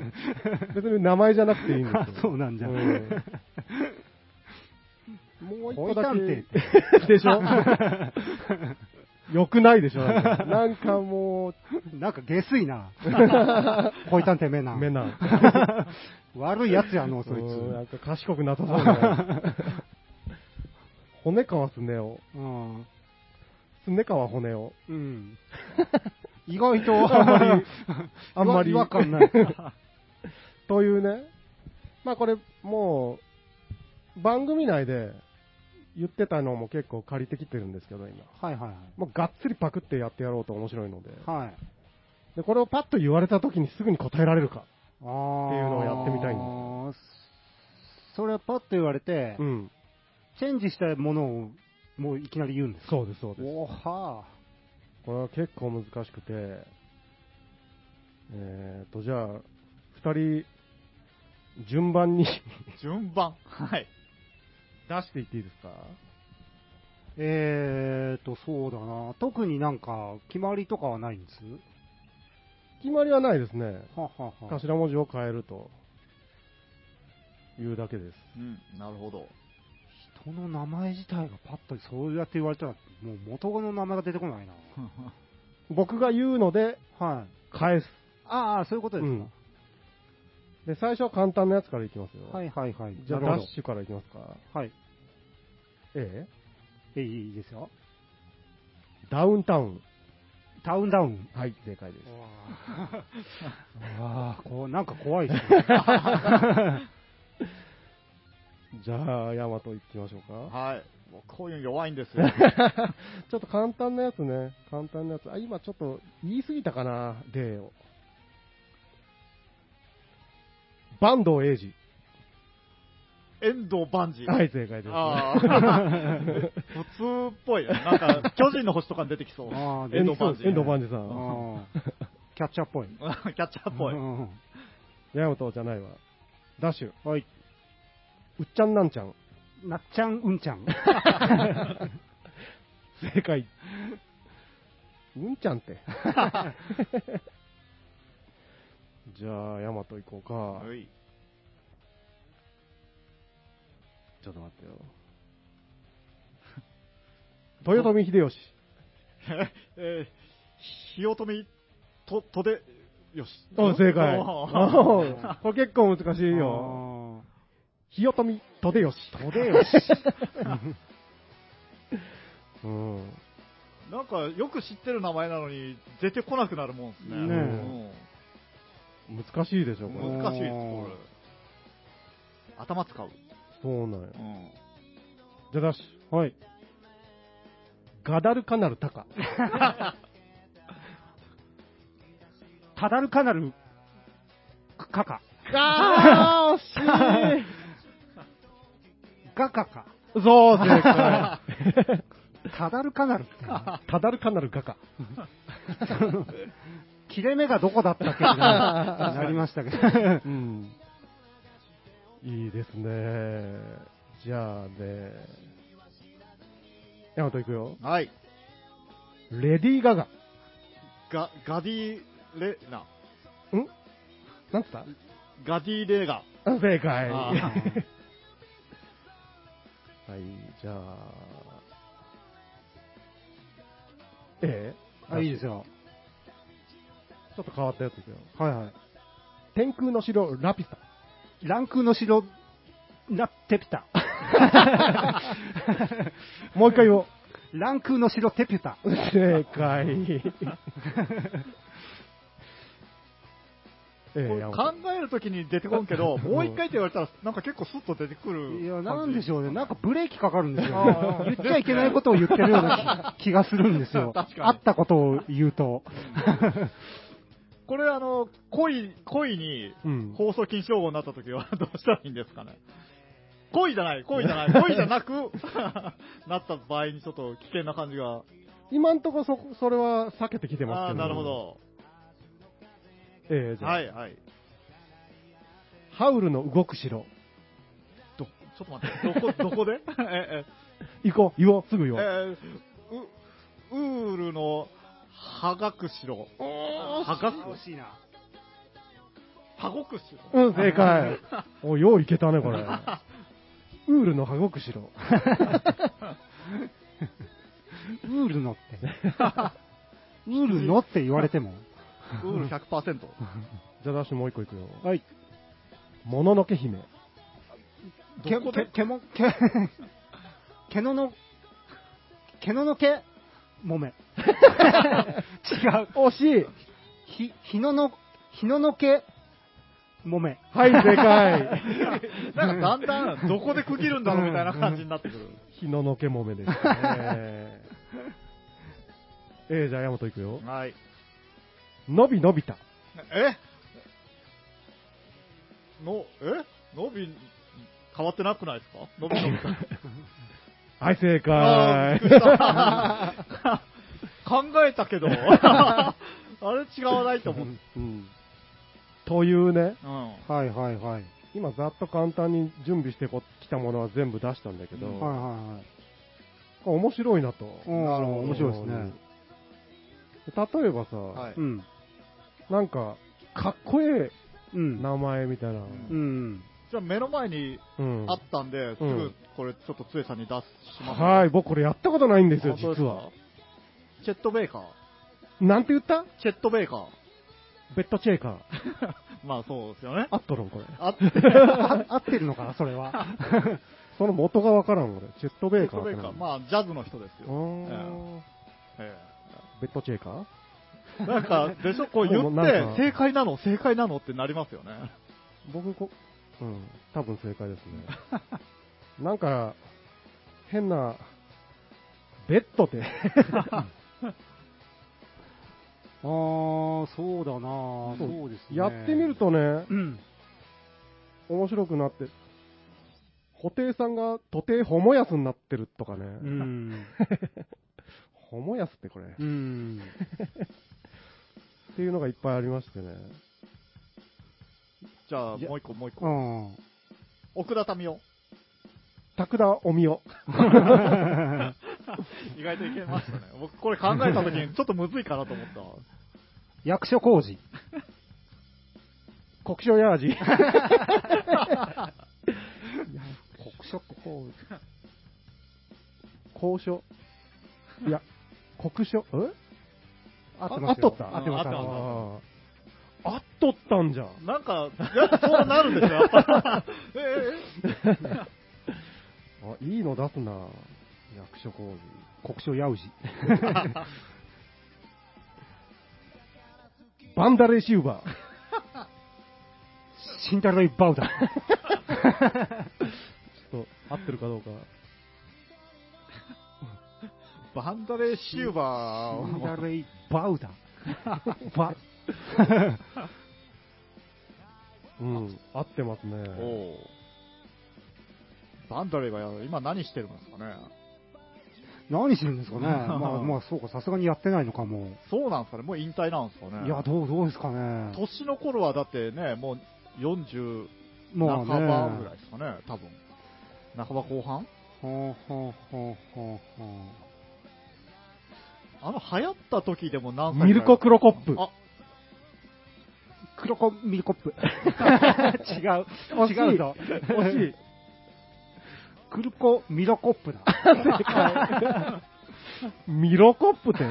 別に名前じゃなくていいんですよそうなんじゃうんもう一個だ恋探け。でしょよくないでしょなんかなんかもなんか下水 <laughs> な。恋探偵メナう、ン。メナン。 <laughs> 悪いやつやの、そいうんなんつ。か賢くなさそうな。骨川すねお。うん。すね川骨お。 <laughs> うん。意外と、あんまり、あんまり違和感ない。というね。まあこれ、もう、番組内で言ってたのも結構借りてきてるんですけど、今。はいはいもうがっつりパクってやってやろうと面白いので。はい。はい。で、これをパッと言われた時にすぐに答えられるか。あーっていうのをやってみたいんですそれはパッと言われて、うん。チェンジしたものを、もういきなり言うんですかそうです、そうです。おはこれは結構難しくて、えーと、じゃあ、二人、順番に <laughs> 順番。はい。出していっていいですかえーと、そうだな。特になんか、決まりとかはないんです決まりはないですね。ははは。頭文字を変えると、いうだけです。うん、なるほど。人の名前自体がパッとそうやって言われたら、もう元の名前が出てこないな。僕が言うので、はい。返す。ああ、そういうことですか。で、最初は簡単なやつからいきますよ。はいはいはい。じゃあ、なダるッシュからいきますか。ほどはい。えええいいですよ。ダウンタウン。タウンダウン。はい、正解です。ああ、こ <laughs> う、なんか怖いですね。 <laughs> じゃあ、ヤマトいきましょうか。はい。もうこういうの弱いんですよ。 <laughs> ちょっと簡単なやつね。簡単なやつ。あ、今ちょっと言い過ぎたかな、例を。坂東英遠藤万事。二。はい、正解です。ああ。 <laughs> 普通っぽいよね。なんか、巨人の星とかに出てきそう。ああ、でも遠藤万事遠藤万事さあん。ーキャッチャーっぽい。キャッチャーっぽい。うんヤマトじゃないわ。ダッシュ。はい。うっちゃんなんちゃん。なっちゃん、うんちゃん。正解。うんちゃん <laughs> って。じゃあ、ヤマト行こうか。はい。ちょっと待ってよ。 <laughs> 豊臣秀吉。 <laughs> えー、ひおとみ、と、とで、よし。お正解。おーおー <laughs> これ結構難しいよ。ひよとみ、とでよし。とでよし。 <laughs> うん。 <laughs> なんか、よく知ってる名前なのに、出てこなくなるもんですね。ね難しいでしうょ、こんれ。難しいです、これ。頭使う。そうなんよ。うん。じゃあダッシュ。はい。ガダルカナルタカ。ただるかなる、かか。あー、惜しい。 <laughs> がかか。そう、正解。ただるかなる。 <laughs> タダルカナルガカ。切れ目がどこだったっけみたいななりましたけど。うん。いいですね。じゃあね。ヤマト行くよ。はい。レディー・ガガ。んガ、ガディレナ。なんつったガディレガ。あ正解。あはー <laughs> い、じゃあ。ええ <laughs> あいいですよ。ちょっと変わったやつですよ。はいはい。天空の城、ラピュタ。ランクの城、ラテ <laughs> ピタ。もう一回言おう。ランクの城テピタ。正 <laughs> 解。えこえれヤマト考えるときに出てこんけど、もう一回って言われたら、なんか結構スッと出てくる。いや、なんでしょうね。なんかブレーキかかるんですよ、あー言っちゃいけないことを言ってるような気気がするんです <laughs> よ。確かにあったことを言うと。これ、あの、恋、恋にうん <laughs> 放送禁止用語になったときはどうしたらいいんですかね。恋じゃない、恋じ <laughs> ゃない、恋じゃなく、 <laughs> なった場合にちょっと危険な感じが。今んとこそ、それは避けてきてますあけあ、ど。なるほ。ど。ええじゃあ、はい、はい。ハウルの動く城。ど、ちょっと待って、どこ、 <laughs> どこでえ、え、行こう、言おう、すぐえ言おう。ー、う、ウールの、はがくしろ。はがく、惜しいな。はごくしろ。うん、正 <laughs> 解。お、よういけたね、これ。ウールの羽ごくしろ。ウールのって。ウールのって言われても。ウール100%。 <laughs> じゃあ、ダッシュもう一個いくよ。はい。もののけ姫。け、どこけで、 <laughs> けも、け、 <laughs> けのの、けののけ、もめ。違う。惜しいひ、ひのの、ひののけ、もめ。はい、正解。なんかだんだん、どこで区切るんだろうみたいな感じになってく <laughs> る。日ののけもめです <laughs> ね。えー、じゃあ、山本いくよ。はい。のびのびた。えの、えのび、変わってなくないですかのびの <laughs> びさん。はい、正あー。解びっくりした <laughs> 考えたけど、あれ違わないと思う。うん。うん。というね、 <laughs> はいはいはい。今ざっと簡単に準備してこきたものは全部出したんだけど、はいこはれ面白いなと。いはい。うん、面白いですね。例えばさ、はい。うん。なんか、かっこえうん。え名前みたいな。んうん。 <laughs> じゃあ目の前にうんあったんで、すうぐんこれちょっとつえさんに出します。。はいい、僕これやったことないんですよ本、当です実かは。チェットベイカー。なんて言ったチェットベイカー。 <laughs> ベッドチェイカー。まあそうですよね。あっとるん、これ。あって、あ合ってるのかな、それ <laughs> は。その元がわからん、俺。チェットチベェイッカートっベてイなカんだー。まあジャズの人ですうよ。ーんえベッドチェイカーえなんか、でしょ、こう言もうっなて、んか正解なの正解なのってなりますよね。僕こ、うん、多分正解で <laughs> すね。なんか、変な、ベッドであー、そうだなあそうですね。やってみる。とねう、ん。面白くなって、布袋さんが、徒弟ホモヤスになってるとかね。 <laughs> うん。ホモヤスってこれ。っうん。ていうのがいっぱいありましてね。じゃあ、もう一個、もう一う個。ん。奥田民生。拓田おみお。意外といけましたね。僕、これ考えた時にちょっとむずいかなと思った。役所工事。国書ヤージ。国書工事。交渉。いや、国書、え合ってあ合まっすとよった合ってます合ってますあーあっとったんじゃん。なんか、やっぱそうなるんですよ、やっぱえええあ、いいの出すな役所工事。国書やうじ。バンダレシウバー。新太郎バウダー。ちょっと、合ってるかどうか。バンダレーシューバー新を太郎 <laughs> バウダー。バ。 <laughs> うん、合ってますね。おうバンダレーが今何してるんですかね。 <laughs> 何してるんですかね。ま <laughs> あまあ、そうか、さすがにやってないのかも。そうなんですかね、もう引退なんですかね。いや、どう、どうですかね。年の頃はだってね、もう40まあ半ね。ばぐらいですかね、多分。半ば後半ほうほうほうほうほう。あの流行った時でも何歳ぐらいミルコ・クロコップ。あ、クロコミルコッ <laughs> プ。違う。惜し違いうぞ。惜しい。クルコミロコップだ。ミロコップって。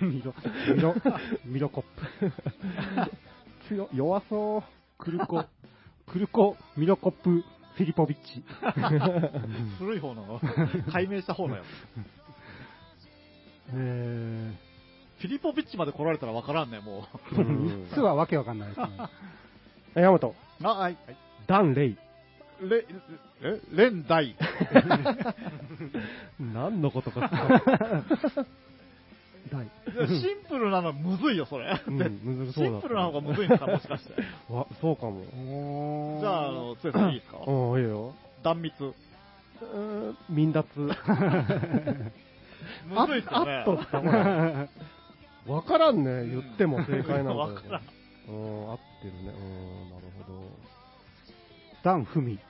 ミロ、ミロ、ミロコップ。強弱そう。クルコ、クルコミロコップフィリポビッチ。古い方 <laughs> の、解明した方のやつ。えー、フィリポビッチまで来られたらわからんね、もう。 <laughs> うん3つはわけわかんないですね。えヤマト、あ、はい。ダン・レイ。レ、え、レンダイ。 <laughs> 何のことか。大。シンプルなのむずいよ、それ。うん、難しシそうだ。ンプルな方がむずいのか、もしかして。 <laughs> わ、そうかも。おーじゃ <laughs> あ、あの、つえさんいいですかうん、いいよ。断密。むうーん、<laughs> 民脱。ずいっすよねあ。っとった、ほら。わからんね、言っても正解なんだ <laughs> よわねからん。うん、合ってるね。うん、なるほど。ダン・フミ。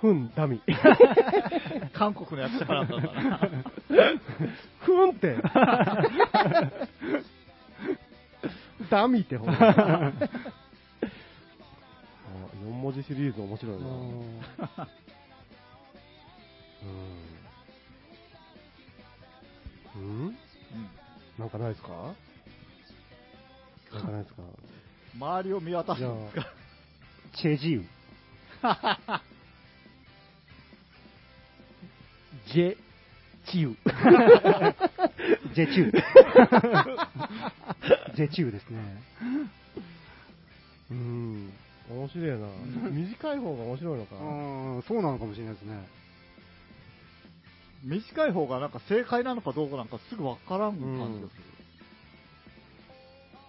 ふん、ダミ。 <laughs> 韓国の役者からだったからな。ふんって。 <laughs> ダミってほら。4文字シリーズ面白いな。うん。うんうんなんかないですかなんかないですか周りを見渡すんですか。チェジウ。 <laughs> ジェ、<laughs> チウ。ジェチュウ。ジェチュウですね。うん。面白いな。短い方が面白いのか。うん、そうなのかもしれないですね。短い方がなんか正解なのかどうかなんかすぐわからん感じがする。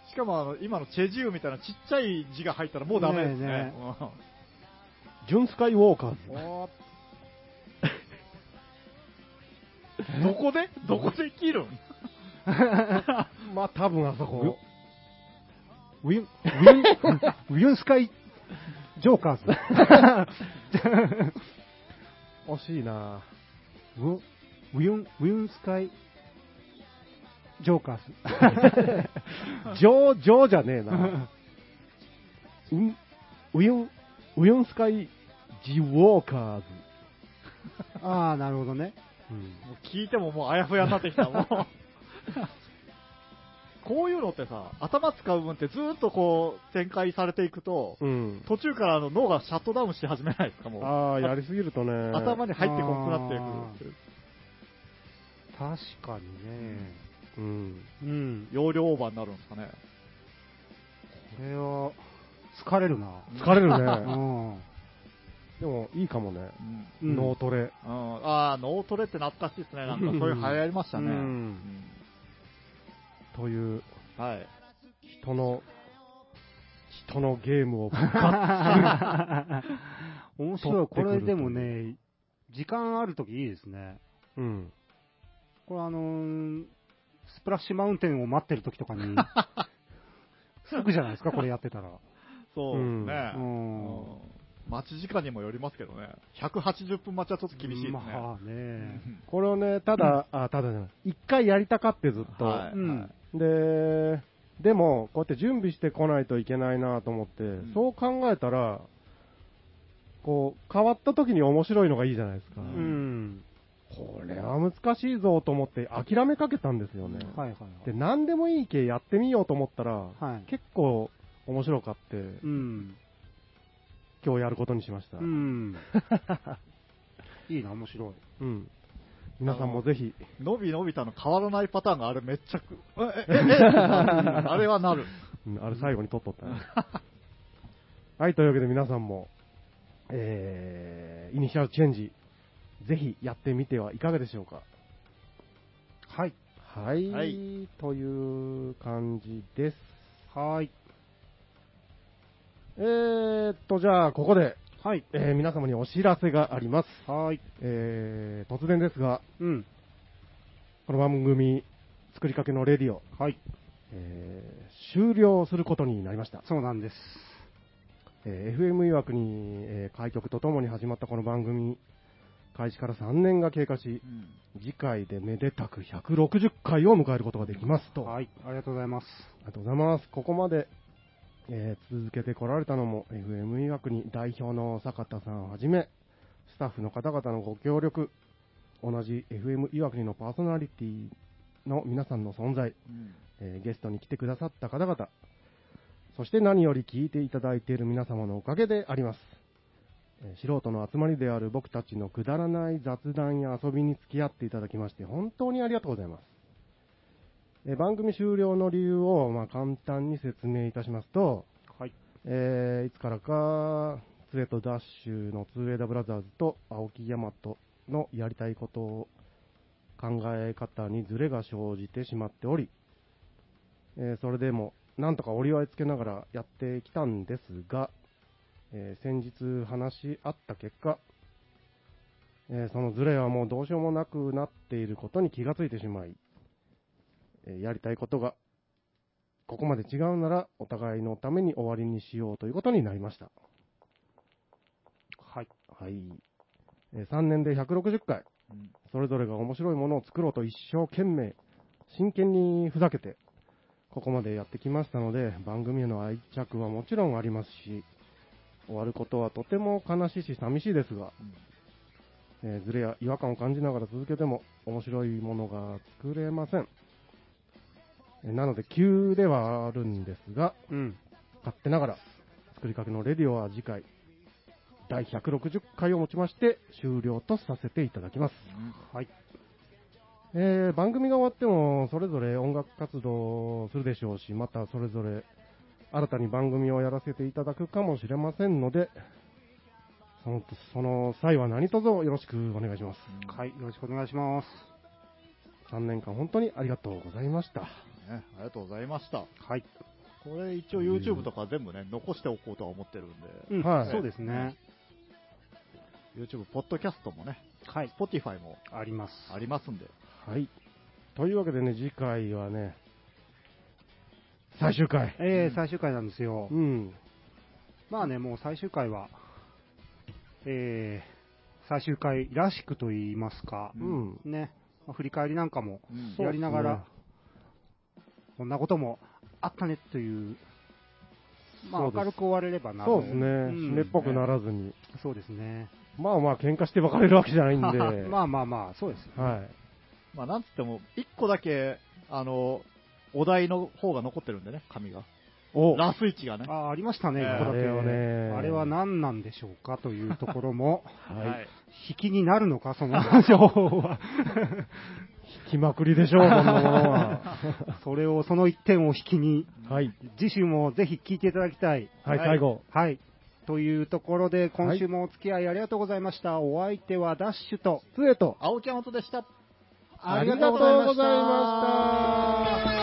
しかもあの、今のチェジウみたいなちっちゃい字が入ったらもうダメですね。ねジュンスカイウォー <laughs> カーズ。うんおーどこでどこで切るんまあ多分あそこ。ウィン、ウィン、ウィンスカイ・ジョー <laughs> カーズ。惜しいな。 <laughs> ウォウィン、ウィンスカイ・ジョーカーズ。ジョー、ジョーじゃねえな。うんウユン、ウユンスカイジウォーカーズ。 <laughs> ああ、なるほどね。うんもう聞いてももうあやふやになって <laughs> きた、もう。こういうのってさ、頭使う分ってずーっとこう展開されていくと、うん。途中からあの脳がシャットダウンし始めないですか、もう。ああ、やりすぎるとね。頭に入ってこなくなっていく。確かにね。うん。うん。容量オーバーになるんですかね。これは、疲れるな。疲れるうね。ん。でも、いいかもね。うん。うん脳トレ。うん、ああ、脳トレって懐かしいですね。なんかそういう流行りましたね。ううんんという、はい。人の、人のゲームをぶっか、面白い。これでもね、時間あるときいいですね。うん。これあのースプラッシュマウンテンを待ってるときとか <laughs> に、すぐじゃないですか、これやってたら。そうですね。ううんん。待ち時間にもよりますけどね。180分待ちはちょっと厳しいですね。まあね。これをね、ただ、あ、ただじゃない。一回やりたかってずっと。はい、うんはいで、でも、こうやって準備してこないといけないなと思って、んそう考えたら、こう、変わった時に面白いのがいいじゃないですか。うんうん。これは難しいぞと思って諦めかけたんですよね。はいはいで、はい。何でもいい系やってみようと思ったら、はい。結構面白かって、うん。今日やることにしました。ううん。 <laughs> ん。いいな、面白い。皆さんもぜひ、伸び伸びたの変わらないパターンがあれめっちゃく、え、え、え、えあれはなる。うんあれ最後に撮っとったね。はい、というわけで皆さんも、えー、イニシャルチェンジ、ぜひやってみてはいかがでしょうか。はい。はい、はいという感じです。はい。えーっと、じゃあ、ここで、はい。えー皆様にお知らせがあります。はい。えー、突然ですが、うん。この番組、作りかけのレディオ、はい。えー終了することになりました。そうなんです。えー FM 曰くに、えー開局とともに始まったこの番組、開始から3年が経過し、次回でめでたく160回を迎えることができますと。はい。ありがとうございます。ありがとうございます。ここまで、えー続けてこられたのも FM 曰くに代表の坂田さんをはじめ、スタッフの方々のご協力、同じ FM 曰くにのパーソナリティの皆さんの存在、うんえーゲストに来てくださった方々、そして何より聞いていただいている皆様のおかげであります。えー素人の集まりである僕たちのくだらない雑談や遊びに付き合っていただきまして、本当にありがとうございます。えー番組終了の理由を、まあ、簡単に説明いたしますと、はい。えーいつからか、ツエとダッシュのツーエイダブラザーズと青木大和のやりたいことを考え方にズレが生じてしまっており、えーそれでもなんとか折り合いつけながらやってきたんですが、えー先日話し合った結果、えーそのズレはもうどうしようもなくなっていることに気がついてしまい、えーやりたいことがここまで違うならお互いのために終わりにしようということになりました。はい。はい。えー3年で160回、うんそれぞれが面白いものを作ろうと一生懸命、真剣にふざけて、ここまでやってきましたので、番組への愛着はもちろんありますし、終わることはとても悲しいし寂しいですが、うんえーズレや違和感を感じながら続けても面白いものが作れません。えーなので急ではあるんですが、うん。勝手ながら、作りかけのレディオは次回、第160回をもちまして終了とさせていただきます。はい。えー番組が終わっても、それぞれ音楽活動をするでしょうし、またそれぞれ新たに番組をやらせていただくかもしれませんので、そのその際は何卒よろしくお願いします。はい。よろしくお願いします。 3年間本当にありがとうございました。ね、ありがとうございました。はい。これ一応 YouTube とか全部ね、残しておこうとは思ってるんで、うん。はいそうですね。 YouTube、ポッドキャストもね、はい。 Spotify もあります。ありますんで、はい。というわけでね、次回はね、最終回。えうー、ん最終回なんですよう。ん。まあね、もう最終回は、えー、最終回らしくと言いますか、うん。ね、まあ振り返りなんかもうんやりながそうでら、こんなこともあったねという、まあそうです明るく終われればな。そうですね。うん締めっぽくならずに。そうですね。まあまあ、喧嘩して別れるわけじゃないんで。 <laughs> まあまあまあ、そうですよ。はい。まあなんつっても、一個だけ、あの、お題の方が残ってるんでね、紙が。おラスイチがね。あありましたね、えー一個だけあれはねあれは何なんでしょうかというところも、はい引きになるのか、その情報は。引きまくりでしょう、こんなもの <laughs> は。それを、その一点を引きに、はい。次週もぜひ聞いていただきたい。はい、はい最後。はい。というところで、今週もお付き合いありがとうございました。お相手はダッシュと、つえと、青木山本でした。ありがとうございました。